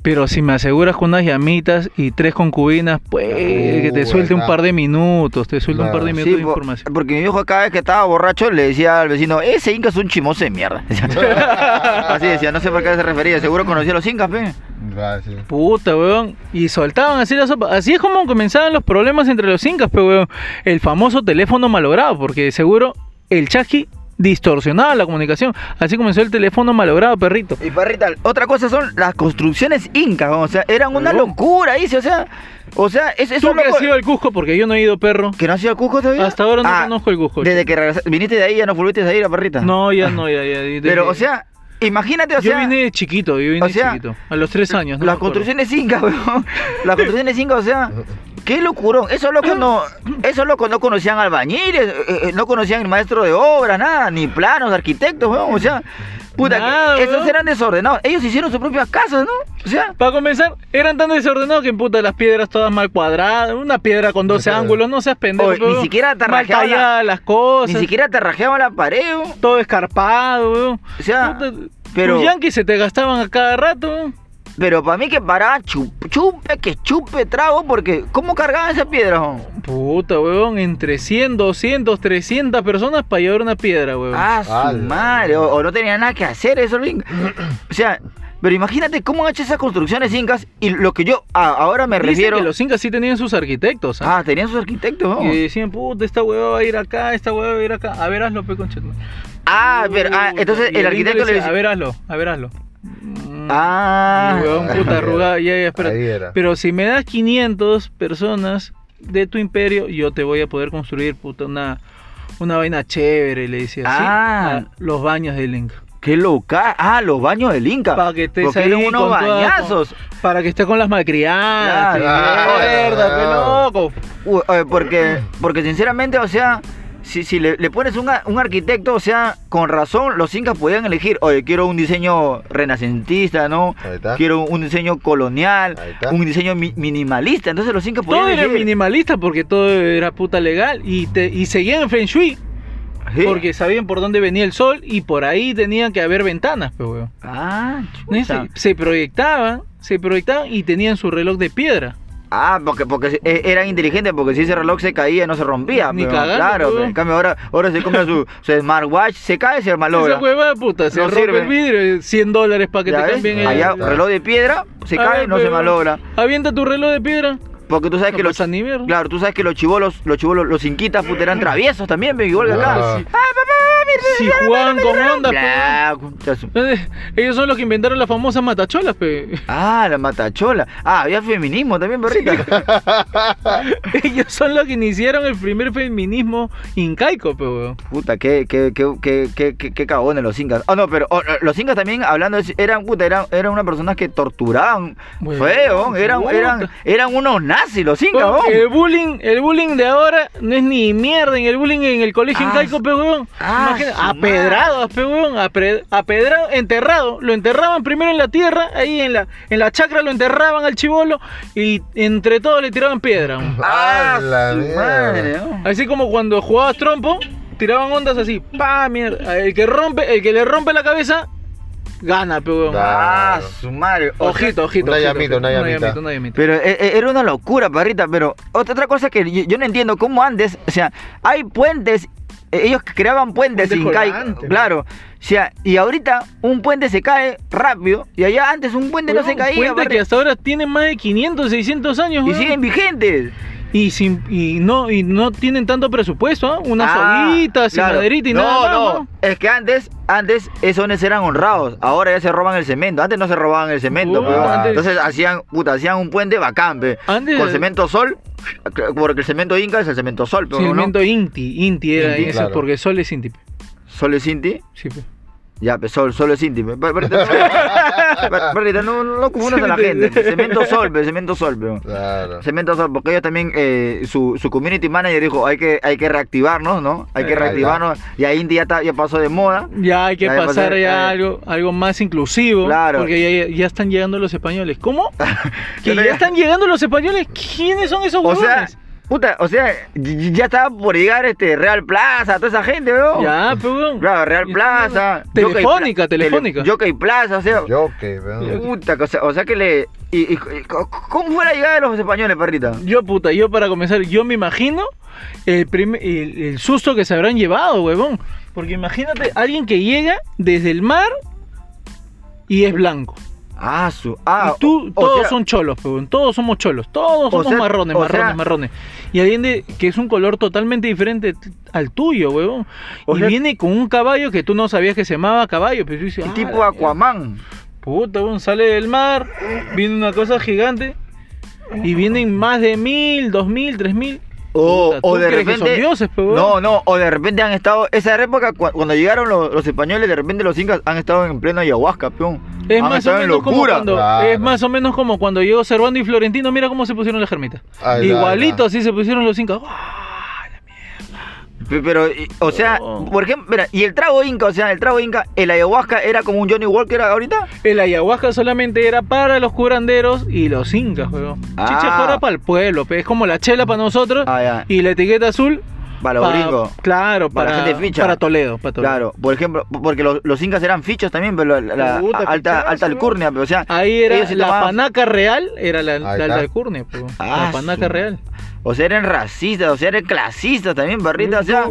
S1: Pero si me aseguras con unas llamitas y tres concubinas, pues que te
S2: Uh,
S1: suelte un
S2: verdad.
S1: par de minutos, te suelte un par de
S2: Claro.
S1: minutos
S3: Sí,
S1: de
S3: po-
S1: información.
S3: porque mi viejo cada vez que estaba borracho le decía al vecino, ese inca es un chimoso de mierda. [LAUGHS] Así decía, no sé por qué se refería, seguro conocía a los incas, pe.
S2: Gracias.
S1: Puta, weón. Y soltaban así la sopa. Así es como comenzaban los problemas entre los incas, pero weón. El famoso teléfono malogrado, porque de seguro el chasqui distorsionaba la comunicación. Así comenzó el teléfono malogrado, perrito.
S3: Y parrita, otra cosa son las construcciones incas, o sea, eran una
S1: Huevón.
S3: locura, dice, o sea, o sea, es, es
S1: ¿Tú
S3: un
S1: que has
S3: loco-
S1: ido al Cusco? Porque yo no he ido, perro.
S3: ¿Que no has ido al Cusco todavía?
S1: Hasta ahora no
S3: Ah,
S1: conozco el Cusco.
S3: Desde que regresa- viniste de ahí ya no volviste a ir a parrita.
S1: No, ya no, ya, ya. desde-
S3: Ah. Pero, o sea, imagínate, o
S1: yo
S3: sea,
S1: vine de chiquito, yo vine
S3: o
S1: de
S3: sea,
S1: chiquito. A los tres años. no
S3: las
S1: me acuerdo.
S3: construcciones incas, [LAUGHS] weón. Las construcciones incas, o sea, qué locurón. Esos locos no, esos locos no conocían albañiles, eh, eh, no conocían maestro de obra, nada, ni planos, arquitectos, weón. O sea, puta, que
S1: Nada,
S3: esos
S1: weón.
S3: eran desordenados. Ellos hicieron sus propias casas, ¿no? O sea,
S1: Para comenzar, eran tan desordenados que puta las piedras todas mal cuadradas, una piedra con 12
S2: Claro.
S1: ángulos, no seas pendejo.
S3: Oye, ni
S1: huevón.
S3: siquiera te
S1: mal
S3: rajeaba la-
S1: talladas las cosas.
S3: ni siquiera te rajeaban la pared, weón.
S1: todo escarpado, weón.
S3: O sea,
S1: Puta, pues
S3: pero-
S1: Tus yanquis se te gastaban a cada rato, weón.
S3: Pero para mí que paraban chup- chupe, que chupe trago, porque ¿cómo cargaban esas piedras, weón?
S1: Puta, weón, entre 100, 200, 300 personas para llevar una piedra, weón.
S3: Ah, su
S2: Ala.
S3: madre, o, o no tenía nada que hacer eso,
S1: [CLEARS THROAT]
S3: Link. O sea, pero imagínate cómo han hecho esas construcciones incas y lo que yo a- ahora me
S1: Dicen
S3: refiero.
S1: que los Eh, incas sí tenían sus arquitectos, ¿ah?
S3: Ah, tenían sus arquitectos, ¿no?
S1: Y decían, puta, esta hueva va a ir acá, esta hueva va a ir acá. A ver, hazlo, pe conchetum-
S3: Ah, pero ah,
S1: Puta,
S3: entonces
S1: y
S3: el
S1: inca
S3: arquitecto le
S1: A
S3: decía.
S1: ver, hazlo, a ver, hazlo.
S3: Ah,
S1: Y, weón, puta
S2: Ahí
S1: arrugada, ya, ya,
S2: Ahí
S1: espérate.
S2: era.
S1: Pero si me das 500 personas de tu imperio, yo te voy a poder construir, puta, una, una vaina chévere, le decía. así,
S3: Ah.
S1: a los baños del Inca.
S3: qué loca. Ah, los baños del Inca.
S1: Para que te
S3: Porque eran
S1: salgan
S3: unos bañazos.
S1: para que esté con las malcriadas.
S3: Claro, Ah,
S1: te-
S2: claro.
S1: mierda, pe loco.
S3: U- eh, porque, porque sinceramente, o sea, si, si le, le pones un, a- un arquitecto, o sea, con razón, los incas podían elegir, oye, quiero un diseño renacentista, ¿no?
S2: Ahí está.
S3: Quiero un diseño colonial,
S2: Ahí está.
S3: un diseño mi- minimalista. Entonces los incas podían
S1: Todo era
S3: elegir.
S1: minimalista porque todo era puta legal y, te, y seguían en Feng Shui.
S3: Sí.
S1: Porque sabían por dónde venía el sol y por ahí tenían que haber ventanas, pues, weón.
S3: Ah,
S1: ¿No? Y
S3: chuta.
S1: Se, se proyectaban, se proyectaban y tenían su reloj de piedra.
S3: Ah, porque, porque eh, eran inteligentes, porque si ese reloj se caía no se rompía.
S1: Ni
S3: pero,
S1: cagando,
S3: claro,
S1: pues.
S3: pero en cambio ahora, ahora se compra
S1: [LAUGHS]
S3: su, su smartwatch, se cae, se malogra.
S1: Esa hueva, puta, se
S3: Ah, No
S1: rompe
S3: sirve.
S1: el vidrio, 100 dólares para que
S3: ¿Ya
S1: te
S3: ves?
S1: cambien el...
S3: Allá,
S2: Está.
S3: reloj de piedra, se
S1: A
S3: cae,
S1: ver,
S3: no se
S1: pues,
S3: malogra.
S1: Avienta tu reloj de piedra.
S3: Porque tú sabes
S1: No
S3: que los
S1: pasa ni mierda.
S3: Claro, tú sabes que los chivolos, los chivolos, los inquitas, puta, eran traviesos también, pero igual que acá.
S2: Ah,
S3: Ah, papá,
S1: Si jugaban con onda, pe, weón.
S3: Bla, puta su-
S1: Entonces, ellos son los que inventaron las famosas matacholas, pe. [LAUGHS]
S3: Ah, la matachola. Ah, había feminismo también, perrita.
S1: Ellos son los que iniciaron el primer feminismo incaico, pe, weón.
S2: [LAUGHS]
S3: Puta, qué, qué, qué, qué, qué, qué, qué cagones los incas. Ah, no, pero oh, no, los incas también, hablando, de eso, eran, puta, eran, eran unas personas que torturaban
S1: Bueno,
S3: feo. Eran,
S1: puta.
S3: eran, eran unos nazis los incas,
S1: Weón,
S3: weón.
S1: el bullying, el bullying de ahora no es ni mierda en el bullying en el colegio
S3: Ah,
S1: incaico, pe, weón.
S3: ah,
S1: Imagina-
S3: su madre.
S1: apedrado, pe, weón, apre- apedrado, enterrado. Lo enterraban primero en la tierra, ahí en la, en la chacra lo enterraban al chivolo y entre todos le tiraban piedra. weón.
S3: Ah,
S2: Ah, la
S3: su
S2: mierda.
S3: madre, ¿eh? ¿no?
S1: Así como cuando jugabas trompo, tiraban ondas así, pa, mierda. El que rompe, el que le rompe la cabeza, gana, pe, weón.
S2: Da.
S3: Ah,
S2: Claro.
S3: su madre. O sea,
S1: Ojito, ojito.
S2: una
S1: ojito,
S2: llamita,
S1: ojito.
S2: una llamita.
S1: una llamita.
S3: Pero eh, eh, era una locura, parrita, pero otra, otra cosa que yo, yo no entiendo, cómo antes, o sea, hay puentes, eh, ellos creaban puentes
S1: Puentes
S3: incaicos,
S1: colgantes,
S3: claro, o sea, y ahorita un puente se cae rápido, y allá antes un puente no se
S1: Weón,
S3: caía,
S1: Puente que
S3: parrita,
S1: hasta ahora tienen más de 500, 600 años,
S3: y
S1: weón.
S3: siguen vigentes.
S1: Y, sin, y, no, y no tienen tanto presupuesto, ¿ah? Unas
S3: Ah,
S1: soguitas, sin
S3: claro.
S1: maderita y
S3: no,
S1: nada más,
S3: No,
S1: weón.
S3: es que antes, antes esos eran honrados, ahora ya se roban el cemento, antes no se robaban el cemento,
S1: Uh,
S3: pe, weón.
S2: antes-
S3: entonces hacían, puta, hacían un puente bacán, pe,
S1: Antes-
S3: con cemento sol, eh, porque el cemento inca es el cemento sol, pero
S1: Cemento Inti, Inti era
S3: Inti,
S1: ese,
S2: claro.
S1: porque Sol es Inti. pe.
S3: Sol es Inti.
S1: Sí, pe.
S3: Ya, pues sol, sol es íntimo. Pa- Perrita, no- perrita, no, no confundas a la gente. Cemento sol, pe, cemento sol, pero.
S2: Claro.
S3: Cemento sol, porque ellos también, eh, su, su community manager dijo, hay que, hay que reactivarnos, ¿no? Hay que
S2: Eh,
S3: reactivarnos. Y ahí Inti ya, está- ya pasó de moda.
S1: Ya hay que
S3: Ya,
S1: pasar
S3: pues,
S1: ya
S3: eh,
S1: algo, algo más inclusivo.
S3: Claro.
S1: Porque ya, ya están llegando los españoles. ¿Cómo? ¿Que
S3: [LAUGHS] Yo no-
S1: ya están llegando los españoles? ¿Quiénes son esos
S3: O sea,
S1: huevones?
S3: puta, o sea, y- y ya estaba por llegar este Real Plaza, toda esa gente, ¿no?
S1: ya, pues, weón.
S3: Claro, Real
S1: Ya
S3: Plaza.
S1: están llegando. Telefónica, telefónica.
S3: Jockey Plaza, o sea.
S2: Yo que, weón.
S3: Puta, o sea, o sea que le. Y, y- y- ¿Cómo fue la llegada de los españoles, perrita?
S1: Yo, puta, yo para comenzar, yo me imagino el, prim- el, el susto que se habrán llevado, huevón. Porque imagínate, alguien que llega desde el mar y es blanco.
S3: Ah, su. Ah,
S1: y tú,
S3: o- o
S1: todos
S3: sea-
S1: son cholos, huevón. Todos somos cholos. Todos
S3: O
S1: somos
S3: sea-
S1: marrones,
S3: o
S1: marrones,
S3: sea-
S1: marrones. Y alguien de- que es un color totalmente diferente t- al tuyo, huevón.
S3: O
S1: Y
S3: sea-
S1: viene con un caballo que tú no sabías que se llamaba caballo. Pero tú dices,
S3: Y
S1: "Ah,
S3: tipo
S1: la
S3: Aquaman.
S1: Puta, weón, sale del mar, viene una cosa gigante y vienen más de mil, dos mil, tres mil.
S3: O,
S1: Puta,
S3: o
S1: ¿tú
S3: de
S1: crees que
S3: repente.
S1: son dioses, pe, weón?
S3: no, no, o de repente han estado. Esa época, cu- cuando llegaron los, los españoles, de repente los incas han estado en pleno ayahuasca, peón.
S1: Es
S3: han
S1: más, o
S3: estado Ah, en
S1: menos como
S3: locura.
S1: cuando,
S2: Claro.
S1: es más o menos como cuando llegó Cervando y Florentino, mira cómo se pusieron las ermitas.
S3: Ah,
S2: Ay, la,
S1: Igualito
S2: la.
S1: así se pusieron los incas. ¡Guau!
S3: Pe- Pero, y- o sea,
S1: Oh.
S3: por ejemplo, mira, y el trago inca, o sea, el trago inca, el ayahuasca era como un Johnny Walker ahorita.
S1: El ayahuasca solamente era para los curanderos y los incas, weón.
S3: Ah.
S1: Chicha fuera para el pueblo, pe. es como la chela para nosotros
S3: Ah, ya.
S1: y la etiqueta azul
S3: Para los
S1: pa-
S3: gringos.
S1: Claro,
S3: Para
S1: para,
S3: la gente ficha.
S1: para Toledo, para Toledo.
S3: Claro, por ejemplo, po- porque los, los incas eran fichos también, pero la, la-
S1: Puta,
S3: a- alta,
S1: fichazo,
S3: alta
S1: weón.
S3: alcurnia, pero o sea,
S1: Ahí era
S3: ellos sí
S1: la
S3: tomaban-
S1: panaca real, era la, la
S2: Ahí está.
S1: alcurnia, po.
S3: Ah,
S1: la panaca
S3: su-
S1: real.
S3: o sea, eran racistas, o sea, eran clasistas también, barrita, o sea,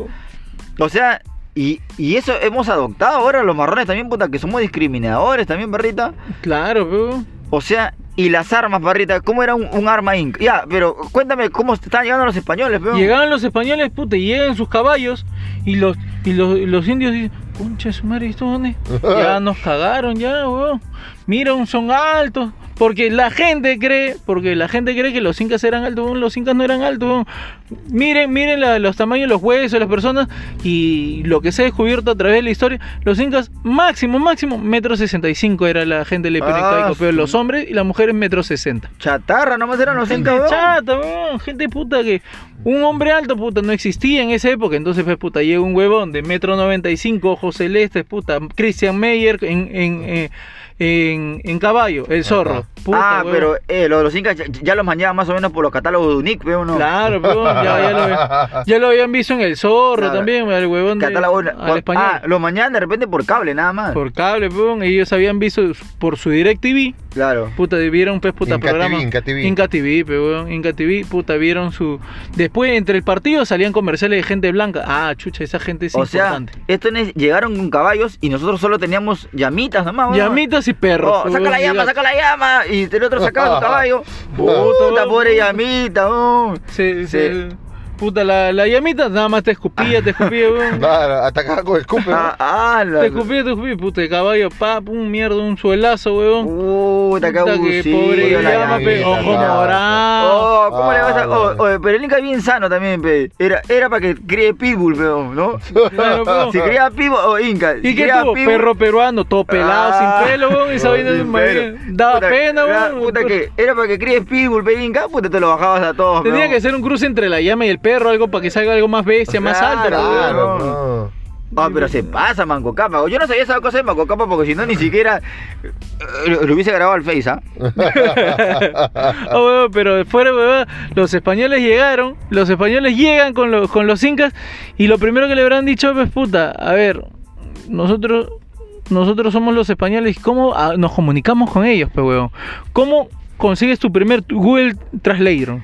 S3: O sea, y, y eso hemos adoptado ahora los marrones también, puta, que somos discriminadores también, perrita.
S1: Claro, po.
S3: O sea, y las armas, perrita, ¿cómo era un, un arma inca? Ya, pero cuéntame cómo están llegando los españoles, peón.
S1: Llegaban los españoles, puta, y llegan sus caballos y los y los, y los indios dicen, concha de su madre, ¿y ¿esto dónde?
S3: [LAUGHS]
S1: Ya nos cagaron ya, weón. Mira, un- son altos. Porque la gente cree, porque la gente cree que los incas eran altos, weón, los incas no eran altos, weón. Miren, miren la- los tamaños, de los huesos, de las personas y lo que se ha descubierto a través de la historia, los incas máximo, máximo, metro sesenta y cinco era la gente del
S3: Ah,
S1: hipericaico, pero
S3: su-
S1: los hombres y las mujeres metro sesenta.
S3: Chatarra, nomás eran los
S1: Gente
S3: incas, weón.
S1: chata, weón, gente puta que un hombre alto, puta, no existía en esa época. Entonces, pues, puta, llega un huevón de metro 95, ojos celestes, puta, Christian Meyer en, en, eh, en, en caballo, el zorro.
S3: ah,
S1: Puta, huevón.
S3: pero eh, lo de los incas ya, ya los mañaban más o menos por los catálogos de UNIC, peón, ¿no?
S1: Claro, pues, huevón, ya, ya lo,
S3: [LAUGHS]
S1: habían- ya lo habían visto en el zorro
S3: Claro.
S1: también, el huevón de,
S3: Catálogo-
S1: al
S3: por-
S1: español.
S3: ah, los mañaban de repente por cable, nada más.
S1: Por cable, pues, huevón, ellos habían visto por su DirecTV,
S3: Claro.
S1: Puta, vieron pues puta
S2: Inca
S1: programa.
S2: TV, Inca TV.
S1: Inca TV, pe, weón. Inca TV, puta, vieron su. Después, entre el partido salían comerciales de gente blanca. Ah, chucha, esa gente es
S3: O sea,
S1: importante.
S3: estos ne- llegaron con caballos y nosotros solo teníamos llamitas nomás, weón.
S1: Llamitas y perros.
S3: ah, Oh,
S1: pe,
S3: saca la
S1: weón,
S3: llama,
S1: llega-
S3: saca la llama. Y
S1: [LAUGHS]
S3: el otro sacaba su caballo.
S1: Puta,
S3: Puta,
S1: weón.
S3: pobre llamita, weón. Se-
S1: Se, se- Puta, la, la llamita nada más te escupía, te escupía,
S3: [LAUGHS]
S1: weón.
S2: Claro, atacaba con ¿eh? escupe.
S3: Ah, ah, la-
S1: Te escupía, te escupía, puta, el caballo, pa, un mierda, un suelazo, weón.
S3: Puta, qué
S1: Puta, que
S3: abusivo,
S1: pobre
S3: la
S1: llama, pe,
S2: llamita,
S1: ojo
S2: claro.
S1: morado.
S3: Oh, ¿cómo le vas a.?
S2: Ah,
S3: oh,
S2: bueno.
S3: oye, pero el Inca es bien sano también, pe. Era, era para que cree Pitbull, pe,
S1: [LAUGHS]
S3: ¿no?
S1: Claro, pero-
S3: Si crea Pitbull, o Inca.
S1: ¿Y
S3: si
S1: qué
S3: crea
S1: tuvo?
S3: Pitbull-
S1: Perro peruano, todo pelado,
S3: Ah,
S1: sin pelo, weón, y esa vaina de
S3: sin
S1: madre,
S3: pelo.
S1: Daba
S3: Puta,
S1: pena,
S3: era-
S1: weón.
S3: Puta que oh, era para que críes pitbull, pe, Inca, puta te lo bajabas a todos, pe,
S1: Tenía
S3: weón.
S1: que ser un cruce entre la llama y el perro, algo para que salga algo más bestia, más
S3: Claro,
S1: alto. weón. [LAUGHS]
S2: Claro, no.
S3: Ah, pero se pasa Manco Capa. Yo no sabía esa cosa de Manco Capa porque si no ni siquiera eh, lo, lo hubiese grabado al Face, ¿ah?
S1: Ah, huevón, pero fuera de huevada, los españoles llegaron, los españoles llegan con, los- con los incas y lo primero que le habrán dicho es pues, puta, a ver, nosotros nosotros somos los españoles, ¿cómo ah, nos comunicamos con ellos, pe huevón? ¿Cómo consigues tu primer tu- Google Translator?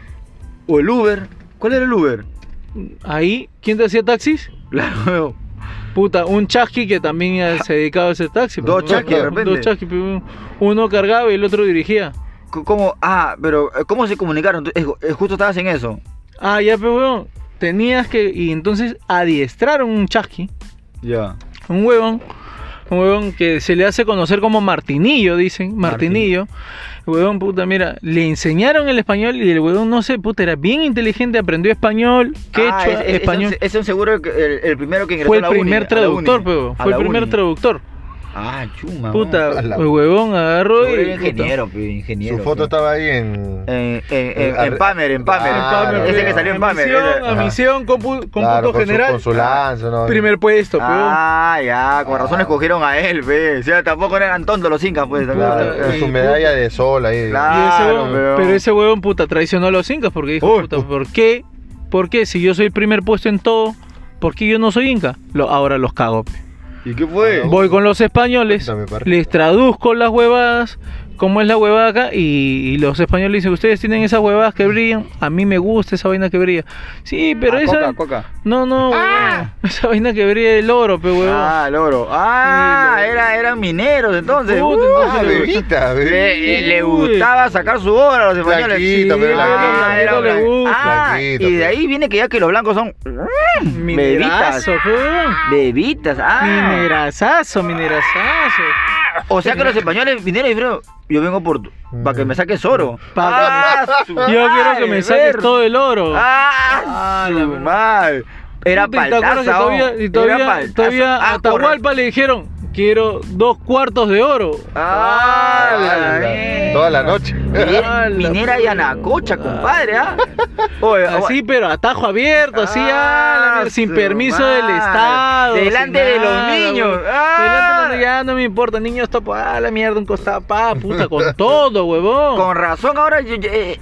S3: O el Uber. ¿Cuál era el Uber? [LAUGHS]
S1: Ahí, ¿quién te hacía taxis?
S3: Claro, weón.
S1: Puta, un chasqui que también eh, se dedicaba a hacer taxi. pe,
S3: Dos
S1: huevón.
S3: chasquis de repente.
S1: Dos chasquis, pe, huevón. uno cargaba y el otro dirigía.
S3: C- ¿Cómo? Ah, pero eh, ¿cómo se comunicaron? Tú- es- eh, justo estabas en eso.
S1: Ah, ya, pero huevón, tenías que... Y entonces adiestraron un chasqui.
S3: Ya.
S1: un huevón, un huevón que se le hace conocer como Martinillo, dicen, Martinillo. Huevón, puta, mira, le enseñaron el español y el huevón, no sé, puta, era bien inteligente, aprendió español, quechua,
S3: Ah, es, es- es
S1: español.
S3: un, es un seguro que el, el primero que ingresó
S1: fue
S3: a
S1: el
S3: la uni,
S1: primer
S3: a la
S1: traductor,
S3: uni,
S1: pero
S3: a
S1: fue el
S3: la
S1: primer
S3: uni.
S1: traductor.
S3: Ah, chuma.
S1: Puta,
S2: a la-
S1: el huevón agarró
S3: Seguro
S1: y.
S3: era
S1: puta,
S3: ingeniero, pe, ingeniero.
S2: Su foto
S3: pe.
S2: estaba ahí en.
S1: Eh,
S3: En, en, en,
S2: Ar-
S3: en Pamer, en Pamer.
S1: en
S2: Ah,
S1: Pamer,
S2: claro.
S3: Ese
S1: huevón,
S3: que salió en
S1: a
S3: Pamer.
S1: Misión,
S3: era-
S1: a
S2: Ajá.
S1: misión, compu- con
S2: Claro,
S1: punto
S2: con su-
S1: general.
S2: Con su lanza, ¿no?
S1: primer puesto, huevón.
S3: Ah, ya, con razón
S2: Ah.
S3: escogieron a él, ve. O sea, tampoco no eran tontos los incas, pues. también.
S2: Claro,
S1: Puta,
S2: con su
S1: y-
S2: medalla de sol ahí.
S3: Ah, Claro.
S1: Y ese huevón-
S3: pero-
S1: pero ese huevón puta traicionó a los incas porque dijo,
S3: Uy,
S1: puta,
S3: pu-
S1: ¿por qué? ¿Por qué? Si yo soy primer puesto en todo, ¿por qué yo no soy inca? Lo- ahora los cago. pe.
S3: ¿Y qué fue?
S2: Ah,
S1: Voy con los españoles,
S2: Puta, me parece.
S1: les traduzco las huevadas, cómo es la huevada acá, y, y los españoles dicen, ustedes tienen esas huevadas que brillan, a mí me gusta esa vaina que brilla. Sí, pero
S3: Ah,
S1: esa...
S3: Coca, coca.
S1: No, no, huevón. [LAUGHS] esa vaina que brilla el oro, pe huevón.
S3: Ah, el oro. Ah,
S1: Pues, Sí, lo-
S3: era, eran mineros entonces.
S1: Puta,
S3: Uh,
S1: entonces
S2: Ah,
S1: le-
S2: bebita,
S3: le,
S1: eh,
S2: bebita.
S3: le- eh, le
S1: Uy.
S3: gustaba sacar su oro a los españoles.
S2: Blanquito, pero
S3: ah,
S2: blanquito,
S3: era
S1: blanquito le
S3: blan-
S1: gusta.
S3: Ah,
S2: Blanquito,
S3: y de
S2: pero-
S3: ahí viene que ya que los blancos son
S1: Minerazo, pe, huevón.
S3: bebitas. Ah,
S1: Minerazazo, minerazazo.
S3: o sea que los españoles vinieron y dijeron, yo vengo por para que me saques oro.
S1: Mm. Pa'
S3: Ah, su
S1: Yo quiero que
S3: madre,
S1: me saques
S3: ver.
S1: todo el oro.
S3: ¡Ah!
S1: Ah,
S3: su
S1: la verdad.
S3: madre. Era
S1: Puta, y te acuerdas que
S3: paltaza,
S1: todavía, y
S3: era
S1: todavía,
S3: paltaza.
S1: todavía
S3: Ah,
S1: a Atahualpa le dijeron, quiero dos cuartos de oro.
S3: corre. ¡Ah! la
S1: eh.
S2: Ala, Toda la noche.
S3: mierda.
S2: [LAUGHS]
S1: Ah,
S3: Minera-
S1: la
S3: Minera y
S1: puta.
S3: anacocha, compadre, ¿ah? Oye,
S1: Así, pero atajo abierto, así,
S3: Ah,
S1: ah, la mierda, sin
S3: su
S1: permiso
S3: madre.
S1: del Estado.
S3: Delante
S1: sin
S3: de los niños,
S1: güey.
S3: ah.
S1: Delante de los niños, ya no me importa, niños topo, ah, la mierda, un costado, pa, puta, con todo, huevón.
S3: con razón ahora yo, yo, eh,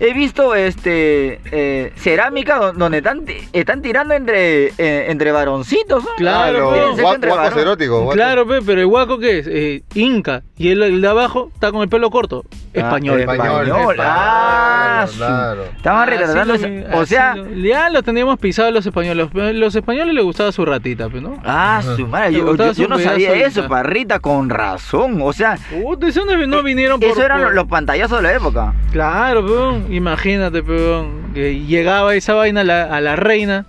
S3: he visto este eh, cerámica do- donde están, ti- están tirando entre, eh, entre varoncitos, ¿no?
S1: Claro,
S3: Ah,
S1: pero-
S3: tienen sexo
S2: guac-
S3: entre
S2: guacos
S3: varón.
S2: eróticos. guacos.
S1: Claro, pe, pero el guaco que es Eh, inca y el, el de abajo está con el pelo corto. Español.
S2: Español.
S3: Español, ah,
S2: Claro,
S3: su-
S1: [LAUGHS]
S2: claro.
S3: Estaban
S1: Así
S3: retratando
S1: lo
S3: esa-
S1: vi,
S3: O
S1: así
S3: sea,
S1: lo- ya lo teníamos pisado los españoles. Los españoles les gustaba su ratita, pues, ¿no?
S3: Ah, su madre,
S1: Te
S3: yo,
S1: gustaba
S3: yo- yo
S1: su
S3: no sabía
S1: pedazo de
S3: eso,
S1: hija.
S3: parrita, con razón. O sea,
S1: Puta, eso no, no vinieron por...
S3: eso eran
S1: por-
S3: los, los pantallazos de la época.
S1: Claro, peón. Imagínate, peón. Que llegaba esa vaina a la, a la reina.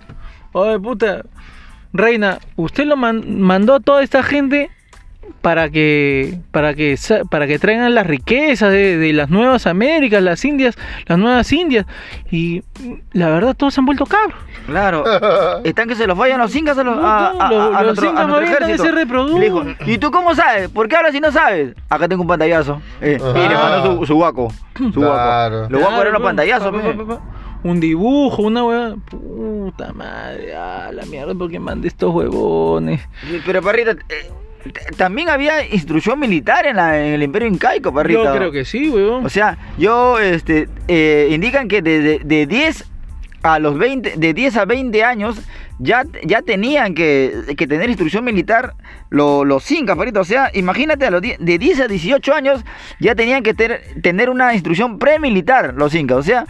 S1: Oye, puta. Reina, usted lo man- mandó a toda esta gente para que para que sa- para que traigan las riquezas de, de las nuevas Américas, las Indias, las nuevas Indias y mm, la verdad todos se han vuelto cabros.
S3: Claro. [LAUGHS] Están que se los vayan los incas a los,
S1: No,
S3: a,
S1: no,
S3: a-
S1: los-
S3: a
S1: los
S3: nuestro, a nuestro
S1: incas más bien también
S3: ejército.
S1: se reproducen.
S3: Le dijo, ¿y tú cómo sabes? ¿Por qué hablas si no sabes? Acá tengo un pantallazo. Eh, Y le
S2: Ah.
S3: mandó su, su guaco. Su
S2: Claro.
S3: guaco. Los guacos
S1: Claro,
S3: eran los
S1: peón.
S3: pantallazos,
S1: Pa, pa,
S3: pe.
S1: pa, pa, pa. Un dibujo, una hueá. Puta madre, a la mierda porque mandé estos huevones.
S3: Pero parrita, eh, t- también había instrucción militar en, la- en el imperio incaico, parrita.
S1: Yo creo que sí, huevón.
S3: O sea, yo, este, eh, indican que de, de- de 10 a los 20, de 10 a 20 años, ya, ya tenían que, que tener instrucción militar lo- los incas, parito. O sea, imagínate, a los die- de 10 a 18 años, ya tenían que ter- tener una instrucción premilitar los incas. O sea,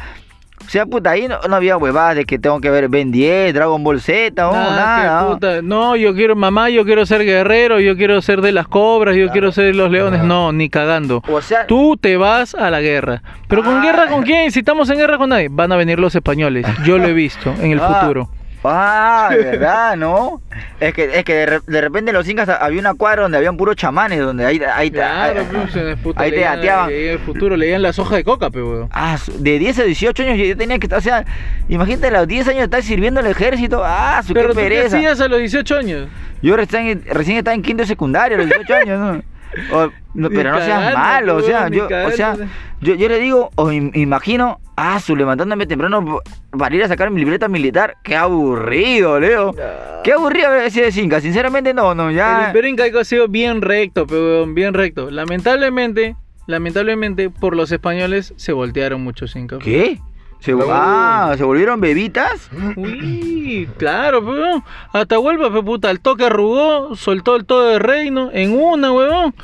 S3: O sea, puta, ahí no, no había huevadas de que tengo que ver Ben 10, Dragon Ball Z, no,
S1: Nada,
S3: nada.
S1: que
S3: no.
S1: Ah, puta, No, yo quiero, mamá, yo quiero ser guerrero, yo quiero ser de las cobras, yo quiero ser de los leones. No, ni cagando.
S3: O sea,
S1: Tú te vas a la guerra. ¿Pero con
S3: Ah.
S1: guerra con quién? Si estamos en guerra con nadie. Van a venir los españoles. Yo lo he visto en el
S3: Ah,
S1: futuro.
S3: Ah,
S1: [LAUGHS]
S3: de verdad, ¿no? Es que, es que de, re- de repente en los incas había una cuadra donde habían puros chamanes, donde ahí, ahí, ahí-
S1: pues,
S3: ahí te dateaban.
S1: el futuro leían las hojas de coca, pero
S3: Ah, su- de 10 a 18 años yo tenía que estar, o sea, imagínate a los 10 años estar sirviendo al ejército, ah, su
S1: Pero
S3: qué
S1: tú qué
S3: pereza.
S1: hacías a los 18 años.
S3: Yo recién, recién estaba en quinto de secundaria, a los 18 años, ¿no? O- no,
S1: [LAUGHS] Ni
S3: pero no seas
S1: cagando,
S3: malo, o sea,
S1: huevón, ni
S3: yo, o sea,
S1: cagando.
S3: yo, yo le digo, o im- imagino, ah, su levantándome temprano p- para ir a sacar mi libreta militar, qué aburrido, Leo. Qué aburrido haber sido de Cinca, sinceramente no, no,
S1: El
S3: ya.
S1: imperio incaico ha sido bien recto, pe, huevón, bien recto. Lamentablemente, lamentablemente, por los españoles se voltearon muchos incas.
S3: ¿Qué? Se,
S2: No.
S3: ah, ¿se volvieron bebitas?
S1: Uy, claro, pe, huevón. Atahualpa, pe puta, al toque arrugó, soltó el todo de reino en una, huevón.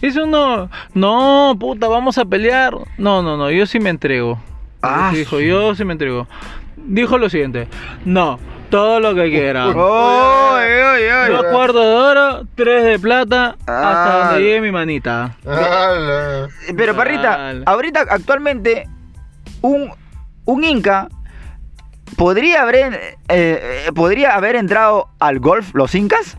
S1: Dice uno, no, puta, vamos a pelear. No, no, no, yo sí me entrego.
S3: Ah,
S1: dijo, yo sí me entrego. Dijo lo siguiente, no, todo lo que quieran.
S3: ¡Oh, eh, oye, oye!
S1: Dos cuartos de oro, tres de plata, hasta
S3: Ah.
S1: donde llegue mi manita.
S2: Ah,
S3: Pero Parrita,
S1: Dale.
S3: ahorita actualmente un, un Inca podría haber en- eh, eh, podría haber entrado al golf los Incas.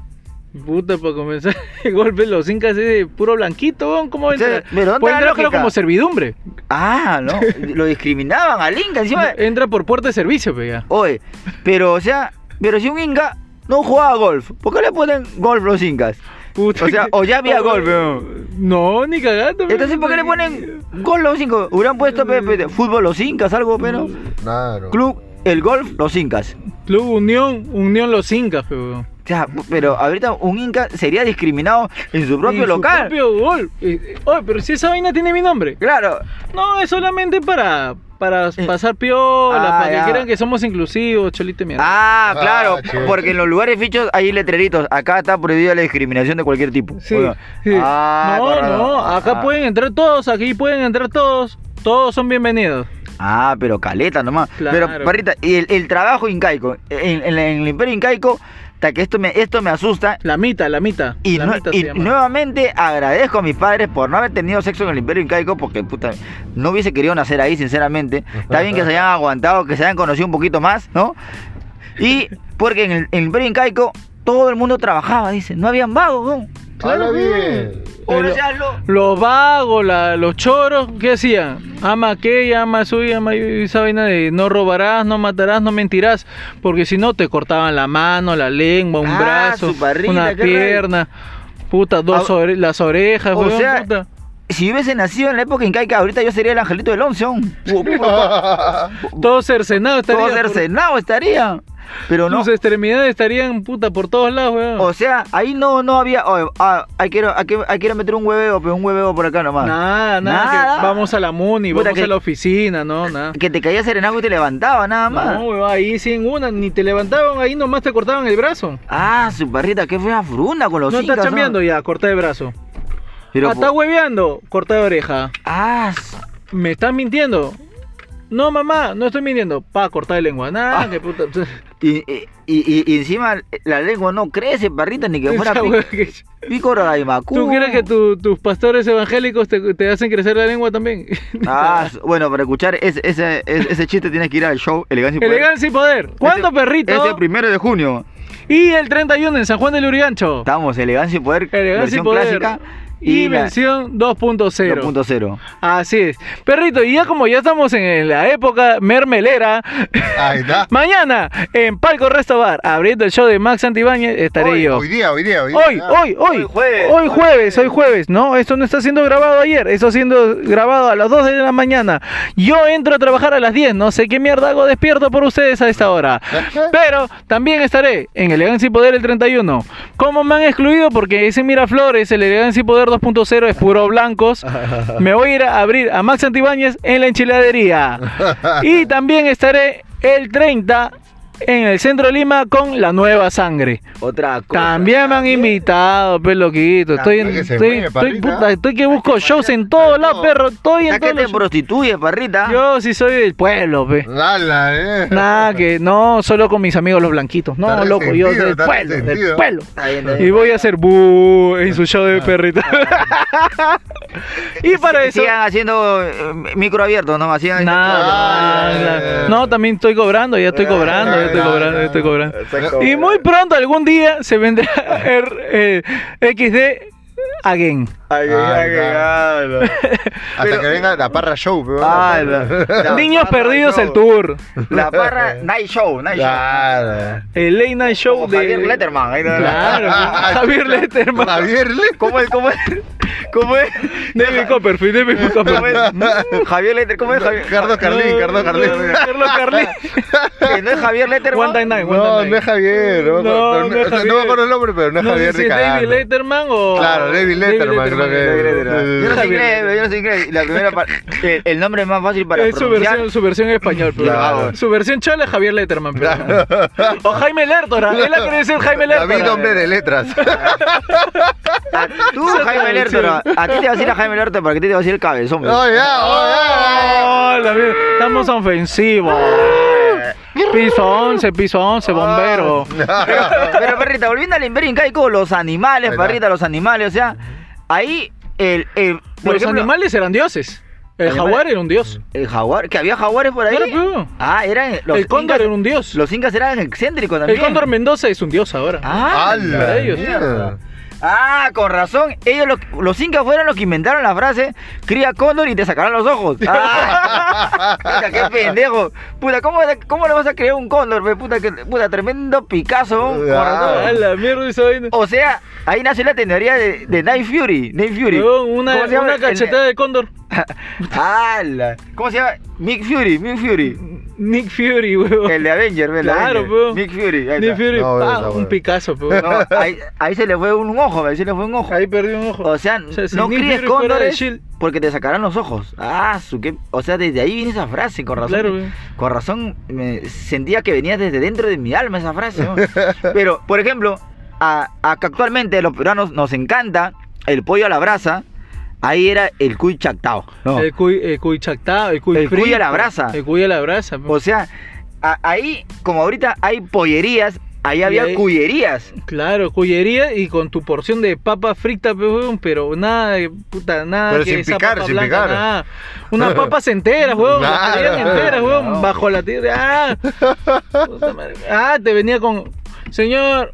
S1: Puta, para comenzar, [LAUGHS] el golpe los incas es de puro blanquito, weón. ¿Cómo va a
S3: O sea,
S1: entrar?
S3: ¿pero dónde
S1: Puede
S3: la
S1: entrar, pero
S3: lógica?
S1: como servidumbre.
S3: Ah, no, lo discriminaban al Inca
S1: [LAUGHS]
S3: encima.
S1: Entra por puerta de servicio, pega.
S3: Oye, pero o sea, pero si un Inca no jugaba golf, ¿por qué le ponen golf los Incas?
S1: Puta,
S3: O sea,
S1: que-
S3: o ya había
S1: Oh,
S3: golf. weón.
S1: No, ni cagando, pe,
S3: Entonces, ¿por qué le
S1: puta,
S3: ponen golf los Incas? Hubieran puesto pe, pe, de fútbol los Incas, algo, pero
S2: claro.
S3: club el golf los Incas.
S1: Club Unión, Unión los incas, pe, weón.
S3: O sea, pero ahorita un Inca sería discriminado en su propio
S1: Y su
S3: local.
S1: propio gol. Eh, eh, Oye, pero si esa vaina tiene mi nombre.
S3: Claro.
S1: No, es solamente para. Para
S3: Eh.
S1: pasar piola,
S3: Ah,
S1: para
S3: ya.
S1: que crean que somos inclusivos, cholito y mierda.
S3: Ah,
S2: Ah,
S3: claro,
S2: chévere.
S3: porque en los lugares fichos hay letreritos. Acá está prohibida la discriminación de cualquier tipo.
S1: Sí,
S3: Bueno.
S1: sí.
S3: Ah,
S1: no,
S3: con razón.
S1: no, acá
S3: Ah.
S1: pueden entrar todos, aquí pueden entrar todos, todos son bienvenidos.
S3: Ah, pero caleta nomás.
S1: Claro.
S3: Pero, Parrita, y el, el trabajo incaico, en, en- en el imperio incaico, hasta que esto me, esto me asusta.
S1: La mitad, la mitad.
S3: Y,
S1: la
S3: nue-
S1: mitad
S3: y
S1: se llama.
S3: nuevamente agradezco a mis padres por no haber tenido sexo en el Imperio Incaico porque puta, no hubiese querido nacer ahí, sinceramente. Está bien que se hayan aguantado, que se hayan conocido un poquito más, ¿no? Y porque en el, en el Imperio Incaico todo el mundo trabajaba, dice, no habían vagos, ¿no?
S2: Habla bien.
S3: Pobre
S1: Pero-
S3: sea, lo-
S1: Los vagos, la- los choros, ¿qué hacían? Ama aquella, ama suya, ama yo, y esa vaina de no robarás, no matarás, no mentirás, porque si no te cortaban la mano, la lengua, un
S3: Ah,
S1: brazo,
S3: su barrita,
S1: una
S3: qué raro.
S1: pierna, puta, dos
S3: Ah,
S1: ore- las orejas,
S3: o
S1: weón,
S3: sea,
S1: puta.
S3: Si hubiese nacido en la época incaica, ahorita yo sería el angelito del once,
S1: [LAUGHS]
S3: ¿no?
S1: todo cercenado estaría.
S3: Todo
S1: por-
S3: cercenado estaría. Pero no.
S1: Sus extremidades estarían puta por todos lados, weón.
S3: O sea, ahí no, no había. oye, ah, ahí, quiero, ahí quiero- ahí quiero meter un hueveo, pero un hueveo por acá nomás.
S1: Nada, nada,
S3: Nada.
S1: que vamos a la MUNI,
S3: Puta
S1: vamos
S3: que-
S1: a la oficina, no, nada.
S3: Que te caía serenago y te levantaba nada más.
S1: No, weón, ahí sin una, ni te levantaban, ahí nomás te cortaban el brazo.
S3: Ah, su parrita, qué fea fruna con los
S1: no
S3: incas.
S1: estás chambeando ya, corta el brazo.
S3: Pero
S1: ah,
S3: po-
S1: estás hueveando, corta de oreja.
S3: Ah, su-
S1: ¿Me estás mintiendo? No, mamá, no estoy mintiendo. Pa, corta de lengua.
S3: Ah.
S1: Nada, que puta.
S3: y, y, y- y encima la lengua no crece, parrita, ni que fuera
S1: [LAUGHS] Esa
S3: pi-
S1: weón que-
S3: pícoro de Aymacú.
S1: ¿Tú crees que tu- tus pastores evangélicos te, te hacen crecer la lengua también?
S3: Ah, su- bueno, para escuchar ese, ese, ese, ese chiste tienes que ir al show
S1: [LAUGHS]
S3: Elegancia y Poder.
S1: Elegancia y poder. ¿Cuándo,
S3: Este-
S1: perrito?
S3: Este primero de junio.
S1: Y el 31 en San Juan del Urigancho.
S3: Estamos, Elegancia y Poder,
S1: Elegancia y
S3: versión
S1: poder.
S3: clásica.
S1: Y,
S3: la-
S1: versión 2.0.
S3: 2.0.
S1: Así es. Perrito, y ya como ya estamos en la época mermelera,
S2: [LAUGHS] Ahí está.
S1: mañana en Palco Resto Bar, abriendo el show de Max Antibáñez, estaré yo.
S2: Hoy día, hoy día, hoy día.
S1: Hoy, hoy, hoy,
S3: Hoy jueves.
S1: hoy jueves, hoy jueves, no, esto no está siendo grabado ayer, esto está siendo grabado a las 2 de la mañana. Yo entro a trabajar a las 10, no sé qué mierda hago despierto por ustedes a esta hora. Pero también estaré en Elegancia y Poder el 31. ¿Cómo me han excluido? Porque ese Miraflores, el Elegancia y Poder 2.0 es puro blancos. Me voy a ir a abrir a Max Antibáñez en la enchiladería. Y también estaré el 30 en el centro de Lima con La Nueva Sangre.
S3: Otra cosa.
S1: También me han invitado, pe loquito. Estoy, en-
S2: También que se
S1: estoy,
S2: mueve,
S1: estoy,
S2: parrita.
S1: puta, estoy que busco shows en todos lados, perro. Estoy
S3: Ya
S1: en
S3: que
S1: todos
S3: te
S1: los shows.
S3: prostituyes, parrita.
S1: Yo sí soy del pueblo, pe.
S2: Dala, eh.
S1: Nada, que no, solo con mis amigos los blanquitos. No,
S2: Está
S1: loco, yo
S2: resentido,
S1: del
S2: está
S1: pueblo, del
S2: resentido.
S1: pueblo.
S3: Está bien, está bien.
S1: Y voy a hacer bu en su show de
S2: Ah.
S1: perrito. [LAUGHS] y [LAUGHS] para eso.
S3: Sigan haciendo eh, micro abierto, ¿no? Sigan
S1: Nada,
S2: Ah,
S1: nada.
S2: ya.
S1: No, también estoy cobrando, ya estoy cobrando, ya estoy cobrando, ya estoy cobrando.
S4: Exacto.
S1: Y muy pronto, algún día, se vendrá [LAUGHS] el, eh, XD again.
S4: Ay,
S2: Ah,
S4: ay, ay, ay.
S2: Hasta
S4: Pero-
S2: que venga la parra show, pero. [LAUGHS]
S4: Ah, la-
S1: Niños
S4: Parra
S1: Perdidos
S4: Show.
S1: el tour.
S3: [LAUGHS] La barra Night Show, Night
S2: Claro.
S1: El Late Night
S3: Show.
S1: Show
S3: Como
S1: de...
S3: Javier Letterman. ahí está.
S1: Claro,
S2: [LAUGHS]
S1: Javier Letterman.
S2: Javier Letterman. [LAUGHS]
S3: ¿Cómo es? ¿Cómo es? ¿Cómo es?
S1: David Copperfield, David
S3: ¿Cómo es? Mm,
S1: Copperfield.
S3: Javier Letterman. ¿Cómo es Javier?
S2: Cardo Carlín, Cardo Carlín.
S1: Carlos
S2: [LAUGHS]
S1: Carlín.
S3: ¿Que ¿No es Javier Letterman?
S1: One Night Night, One
S2: No,
S1: Night
S2: no es Javier. No, me
S1: No,
S2: acuerdo,
S1: no es
S2: o sea,
S1: Javier.
S2: no me acuerdo el nombre, pero no es
S1: No sé
S2: Javier
S1: si
S2: de
S1: es David
S2: cagando.
S1: Letterman o...
S2: Claro, David Letterman, creo
S4: Eh,
S3: Yo no
S2: que.
S3: soy
S1: Javier
S3: inglés, yo no soy inglés. Y La primera par- el, el nombre más fácil para
S1: Es su
S3: pronunciar.
S1: versión, su versión en español, pero
S2: Claro.
S1: su versión chola es Javier Letterman. pero- O Jaime Lertora, él la quiere decir Jaime Lertora.
S2: David, hombre
S1: [LAUGHS]
S2: de letras.
S3: A- Tú, Jaime
S1: Esa traducción.
S3: Lertora. A ti te va a decir a Jaime Lertora, para que a ti te va a decir el cabezón. pues.
S2: Oh, ya, oh, ya.
S1: Oh, la mierda. Estamos ofensivos. Piso 11, piso 11, bombero.
S3: Pero, [LAUGHS] pero, perrita, volviendo al imperio incaico, los animales,
S2: Ahí está.
S3: perrita, los animales, o sea, ahí el, el por
S1: Los
S3: ejemplo,
S1: animales eran dioses. El
S3: Animales.
S1: jaguar era un dios.
S3: el jaguar, que había jaguares por ahí.
S1: Claro, pero-
S3: Ah, eran los
S1: el cóndor
S3: incas,
S1: era un dios.
S3: los incas eran excéntricos también.
S1: El cóndor Mendoza es un dios ahora.
S3: Ah,
S2: ¡Hala!
S1: ellos.
S2: mierda.
S3: ah, con razón. Ellos los, los incas fueron los que inventaron la frase cría cóndor y te sacarán los
S1: [LAUGHS]
S3: ojos. Ah, puta, qué pendejo. Puta, ¿cómo, ¿cómo le vas a crear un cóndor? pe? Puta, que, puta tremendo Picasso. con
S2: Ah.
S3: razón.
S1: A la mierda esa vaina.
S3: O sea, ahí nació la teoría de, de Night Fury. Night Fury.
S1: Huevón, Una,
S3: ¿Cómo se llama?
S1: una
S3: El-
S1: cachetada de cóndor.
S3: ¡Hala! ¿Cómo se llama? Nick Fury, Nick Fury.
S1: Nick Fury, huevón.
S3: El de Avenger, ¿ves? El de
S1: Claro,
S3: Avenger.
S1: pues.
S3: Nick Fury. ahí
S1: Nick
S3: está.
S1: Fury,
S2: No,
S1: pa,
S2: esa
S1: un
S2: huevón.
S1: Picasso, huevón.
S3: No, ahí, ahí se le fue un ojo, ahí se le fue un ojo.
S1: Ahí perdió un ojo.
S3: O sea,
S1: [LAUGHS] si
S3: no
S1: Nick
S3: críes
S1: Fury fuera de
S3: cóndores
S1: Shield-
S3: porque te sacarán los ojos. Ah, su que... O sea, desde ahí viene esa frase, con razón.
S1: Claro, güey.
S3: con razón me sentía que venía desde dentro de mi alma esa frase.
S1: [LAUGHS]
S3: ¿no? Pero, por ejemplo, a, a que actualmente a los peruanos nos encanta el pollo a la brasa, ahí era el cuy chactao. ¿no?
S1: El cuy, el cuy chactado, el cuy
S3: El cuy
S1: frito,
S3: a la brasa.
S1: El cuy a la brasa.
S3: O sea, a- ahí, como ahorita hay pollerías, ahí
S1: Y
S3: había
S1: ahí- [LAUGHS]
S3: cuyerías.
S1: Claro, cuyería y con tu porción de papa frita, pe, huevón, pero nada de puta, nada
S2: Pero
S1: que
S2: sin
S1: esa
S2: picar,
S1: papa
S2: sin
S1: blanca,
S2: picar.
S1: nada. Unas papas enteras, huevón, las
S2: Claro,
S1: traían enteras, huevón,
S2: [LAUGHS]
S3: claro.
S1: bajo la tierra. Ah, puta madre. Ah, te venía con, señor,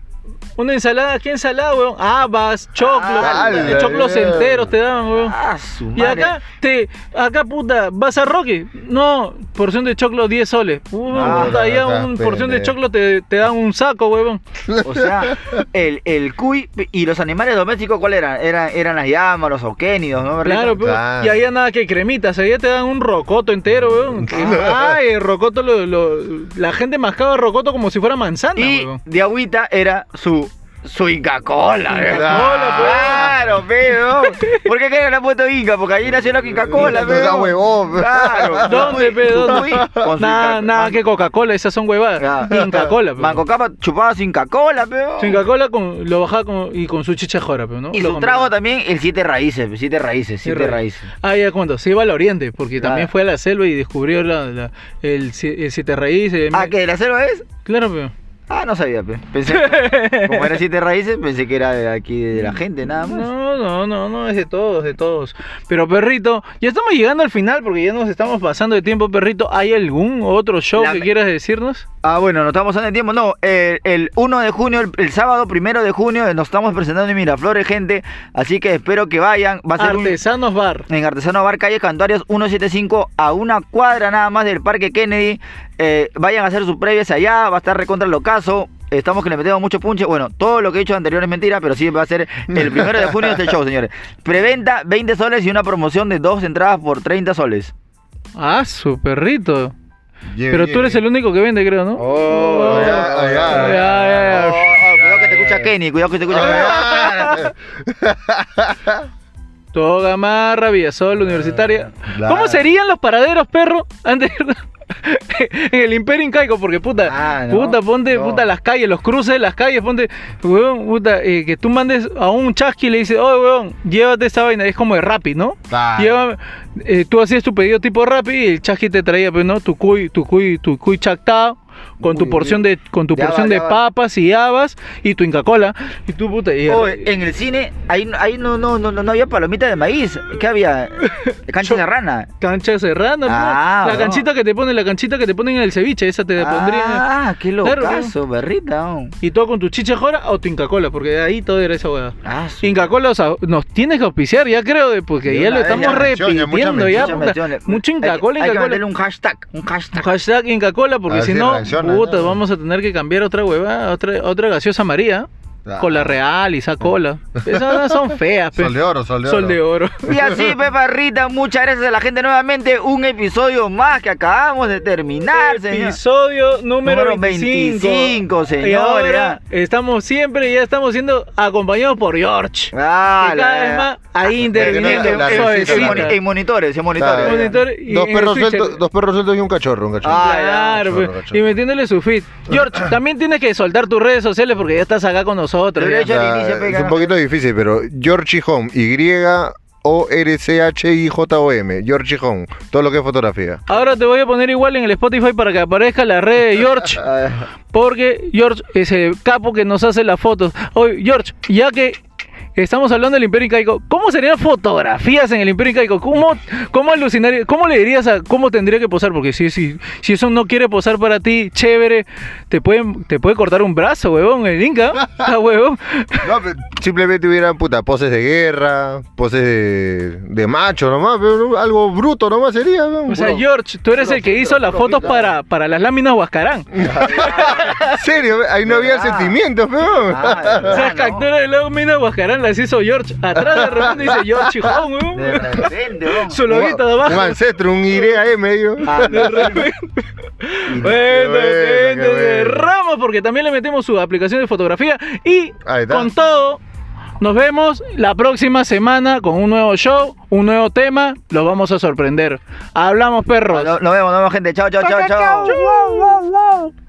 S1: una ensalada, ¿qué ensalada, huevón? Habas, choclos,
S3: Ah,
S1: eh,
S2: la
S1: choclos
S2: mierda.
S1: enteros te daban, huevón.
S3: Ah, su
S1: Y
S3: madre.
S1: acá, te, acá puta, vas a Roque, no, porción de choclo 10 soles. Uh,
S3: Ah,
S1: puta, allá
S2: no seas
S1: un porción de
S2: pendejo.
S1: choclo te, te dan un saco, huevón. [LAUGHS]
S3: O sea, el, el cuy y los animales domésticos, ¿cuál eran? eran? Eran las llamas, los auquénidos, ¿no? Berrito?
S1: Claro, pues.
S2: Claro.
S1: Y allá nada que cremitas, allá te dan un rocoto entero, weón. Que- Ay, el rocoto, lo- lo- la gente mascaba rocoto como si fuera manzana,
S3: Y [LAUGHS]
S1: weón.
S3: de agüita era su, su Inca Cola, ¿verdad?
S2: Cola,
S1: pues.
S3: Claro, pero. ¿Por qué creen que le han puesto Inca? Porque allí nació la Inca Cola,
S2: No da huevón. pe.
S3: Claro.
S1: [LAUGHS] ¿Dónde, pe? ¿Dónde? Nada, nada que Coca-Cola, esas son huevadas. Inca Cola, weón.
S3: Manco Capa chupaba su Inca Cola, pero.
S1: Su Inca Cola con, lo bajaba con- y con su chichajora, pero ¿no?
S3: Y
S1: Lo
S3: su
S1: combinaba.
S3: trago también, el siete raíces, pe, siete raíces, siete
S1: Siete
S3: raíces.
S1: Ah, ya cuando se iba al oriente, porque
S3: Claro.
S1: también fue a la selva y descubrió la, la- el, si- el siete raíces.
S3: Ah, ¿que de la cero es?
S1: Claro, pero.
S3: Ah, no sabía, pe. Pensé, como era siete raíces, pensé que era de aquí de la gente, nada más.
S1: No, no, no, no, es de todos, de todos. Pero perrito, ya estamos llegando al final porque ya nos estamos pasando de tiempo, perrito. ¿Hay algún otro show
S3: La-
S1: que quieras decirnos?
S3: Ah, bueno, nos estamos dando el tiempo. No, eh, el 1 de junio, el, el sábado 1 de junio, eh, nos estamos presentando en Miraflores, gente. Así que espero que vayan. Va a ser un-
S1: Artesanos Bar.
S3: en Artesano Bar, calle Cantuarios 175, a una cuadra nada más del Parque Kennedy. Eh, vayan a hacer sus previas allá, va a estar recontra el ocaso. Estamos que le metemos mucho punche. Bueno, todo lo que he dicho anterior es mentira, pero sí va a ser el 1 de junio este show, señores. Preventa 20 soles y una promoción de dos entradas por 30 soles.
S1: Ah, su perrito.
S2: Bien,
S1: Pero
S2: bien,
S1: tú eres
S2: bien.
S1: el único que vende, creo, ¿no?
S4: Oh,
S2: ya,
S4: ay,
S2: ya.
S4: ay.
S1: Ya, ya,
S3: Oh,
S1: ya.
S3: oh, cuidado que te escucha Kenny, cuidado que te escucha Kenny.
S2: Ah,
S1: Togamarra, Villasol, Universitaria.
S3: Ah,
S2: claro.
S1: ¿Cómo serían los paraderos, perro? Antes. [LAUGHS] en el Imperio Incaico, porque puta,
S3: Ah, no,
S1: puta, ponte,
S3: no.
S1: puta, las calles, los cruces, las calles, ponte, weón, puta, eh, que tú mandes a un chasqui y le dices, oye, weón, llévate esta vaina, es como de Rappi, ¿no?
S3: Ah.
S2: Claro.
S1: Llévame- eh, tú hacías tu pedido tipo Rappi y el chasqui te traía, pues, ¿no? Tu cuy, tu cuy, tu cuy chactado. Con tu
S3: Uy,
S1: porción
S3: uy.
S1: de con tu
S3: De haba,
S1: porción
S3: de
S1: de
S3: haba.
S1: papas y habas y tu Inca Cola y tu puta y-
S3: Oh, en el cine, ahí, no- ahí no, no, no, no había palomita de maíz. ¿Qué había? Cancha de rana.
S1: Cancha serrana, pues.
S3: Ah,
S1: la
S3: no.
S1: canchita que te ponen, la canchita que te ponen en el ceviche, esa te la pondrían.
S3: Ah, qué
S1: Claro,
S3: locazo, berrita. oh.
S1: Y todo con tu chicha jora o tu Inca Cola, porque ahí todo era esa hueá.
S3: Ah, su-
S1: Inca Cola, o sea, nos tienes que auspiciar, ya creo, de- porque
S3: De
S1: ya
S3: una
S1: lo
S3: vez,
S1: estamos
S3: ya,
S2: mención, ya, mucha
S1: repitiendo, ya,
S3: mucha
S1: puta.
S3: mención.
S1: Mucho
S3: Hay-
S1: Inca Cola,
S3: Hay que
S1: Inca
S3: meterle
S1: Cola.
S3: un hashtag, un hashtag.
S1: Hashtag Inca Cola,
S2: A
S1: porque
S2: ver
S1: si
S2: si
S1: no,
S2: reacciona,
S1: puta,
S2: ¿no?
S1: vamos a tener que cambiar otra huevada, otra, otra gaseosa María,
S2: Claro.
S1: con la real y esa cola. Esas huevadas son feas, pe.
S2: Sol de oro, sol de oro.
S1: Sol de oro.
S3: Y así, Pepa Rita, muchas gracias a la gente nuevamente. Un episodio más que acabamos de terminar, señor.
S1: Episodio número,
S3: Número
S1: 25.
S3: 25, señores,
S1: Y ahora
S3: ya.
S1: estamos siempre, ya estamos siendo acompañados por George.
S3: Ah,
S1: que
S3: la-
S1: cada vez más ahí interviniendo.
S2: la- la-
S3: en, en
S1: suavecita.
S3: moni- en monitores, en monitores.
S2: Claro.
S1: Monitor y-
S2: Dos
S1: en
S2: perros,
S1: el switcher.
S2: sueltos, dos perros sueltos y un cachorro, un cachorro.
S3: Ah, ya,
S1: Claro,
S2: cachorro,
S1: pues,
S2: cachorro.
S1: y metiéndole su fit.
S3: [COUGHS]
S1: George, también tienes que soltar tus redes sociales porque ya estás acá con nosotros.
S3: Pero
S1: ya.
S3: hecho al
S2: Ah,
S3: inicio,
S2: es
S3: pega.
S2: un poquito difícil, pero Georgie Home, Y-O-R-C-H-I-J-O-M, Georgie Home, todo lo que es fotografía.
S1: Ahora te voy a poner igual en el Spotify para que aparezca la red
S3: [LAUGHS]
S1: de George.
S3: Ah,
S1: Porque George es el capo que nos hace las fotos. Oye, George, ya que estamos hablando del Imperio Incaico, ¿cómo serían fotografías en el Imperio Incaico? ¿Cómo, cómo alucinar- ¿Cómo le dirías a cómo tendría que posar? Porque si, si, si eso no quiere posar para ti, chévere, te, pueden, te puede cortar un brazo, huevón, el Inca. Ah, huevón.
S2: No, pe- simplemente hubieran puta, poses de guerra, poses de, de macho nomás, pero algo bruto nomás sería. ¿no?
S1: O sea,
S2: Bro.
S1: George, tú eres el que hizo las fotos para, para las láminas Huascarán.
S2: En serio, ahí no había
S3: verdad.
S2: sentimientos, pero.
S3: Ah, de
S1: O sea,
S3: verdad, ¿no?
S1: captura de láminas Huascarán las hizo George. Atrás de repente dice George Chijón, huevón.
S3: De repente,
S1: [LAUGHS]
S3: vamos.
S1: Su loguito de
S2: [LAUGHS] Un
S1: abajo.
S2: ancestro, un IREAM, digo.
S3: Ah, no.
S2: Qué
S1: Bueno,
S2: bueno, qué
S1: gente de
S2: bueno.
S1: Ramos, porque también le metemos su aplicación de fotografía. Y
S2: Ahí está.
S1: con todo, nos vemos la próxima semana con un nuevo show, un nuevo tema. Los vamos a sorprender. Hablamos, perros.
S3: Nos nos vemos, nos vemos, gente. Chao, chao, chao, chao.
S1: Chau, chau, chau.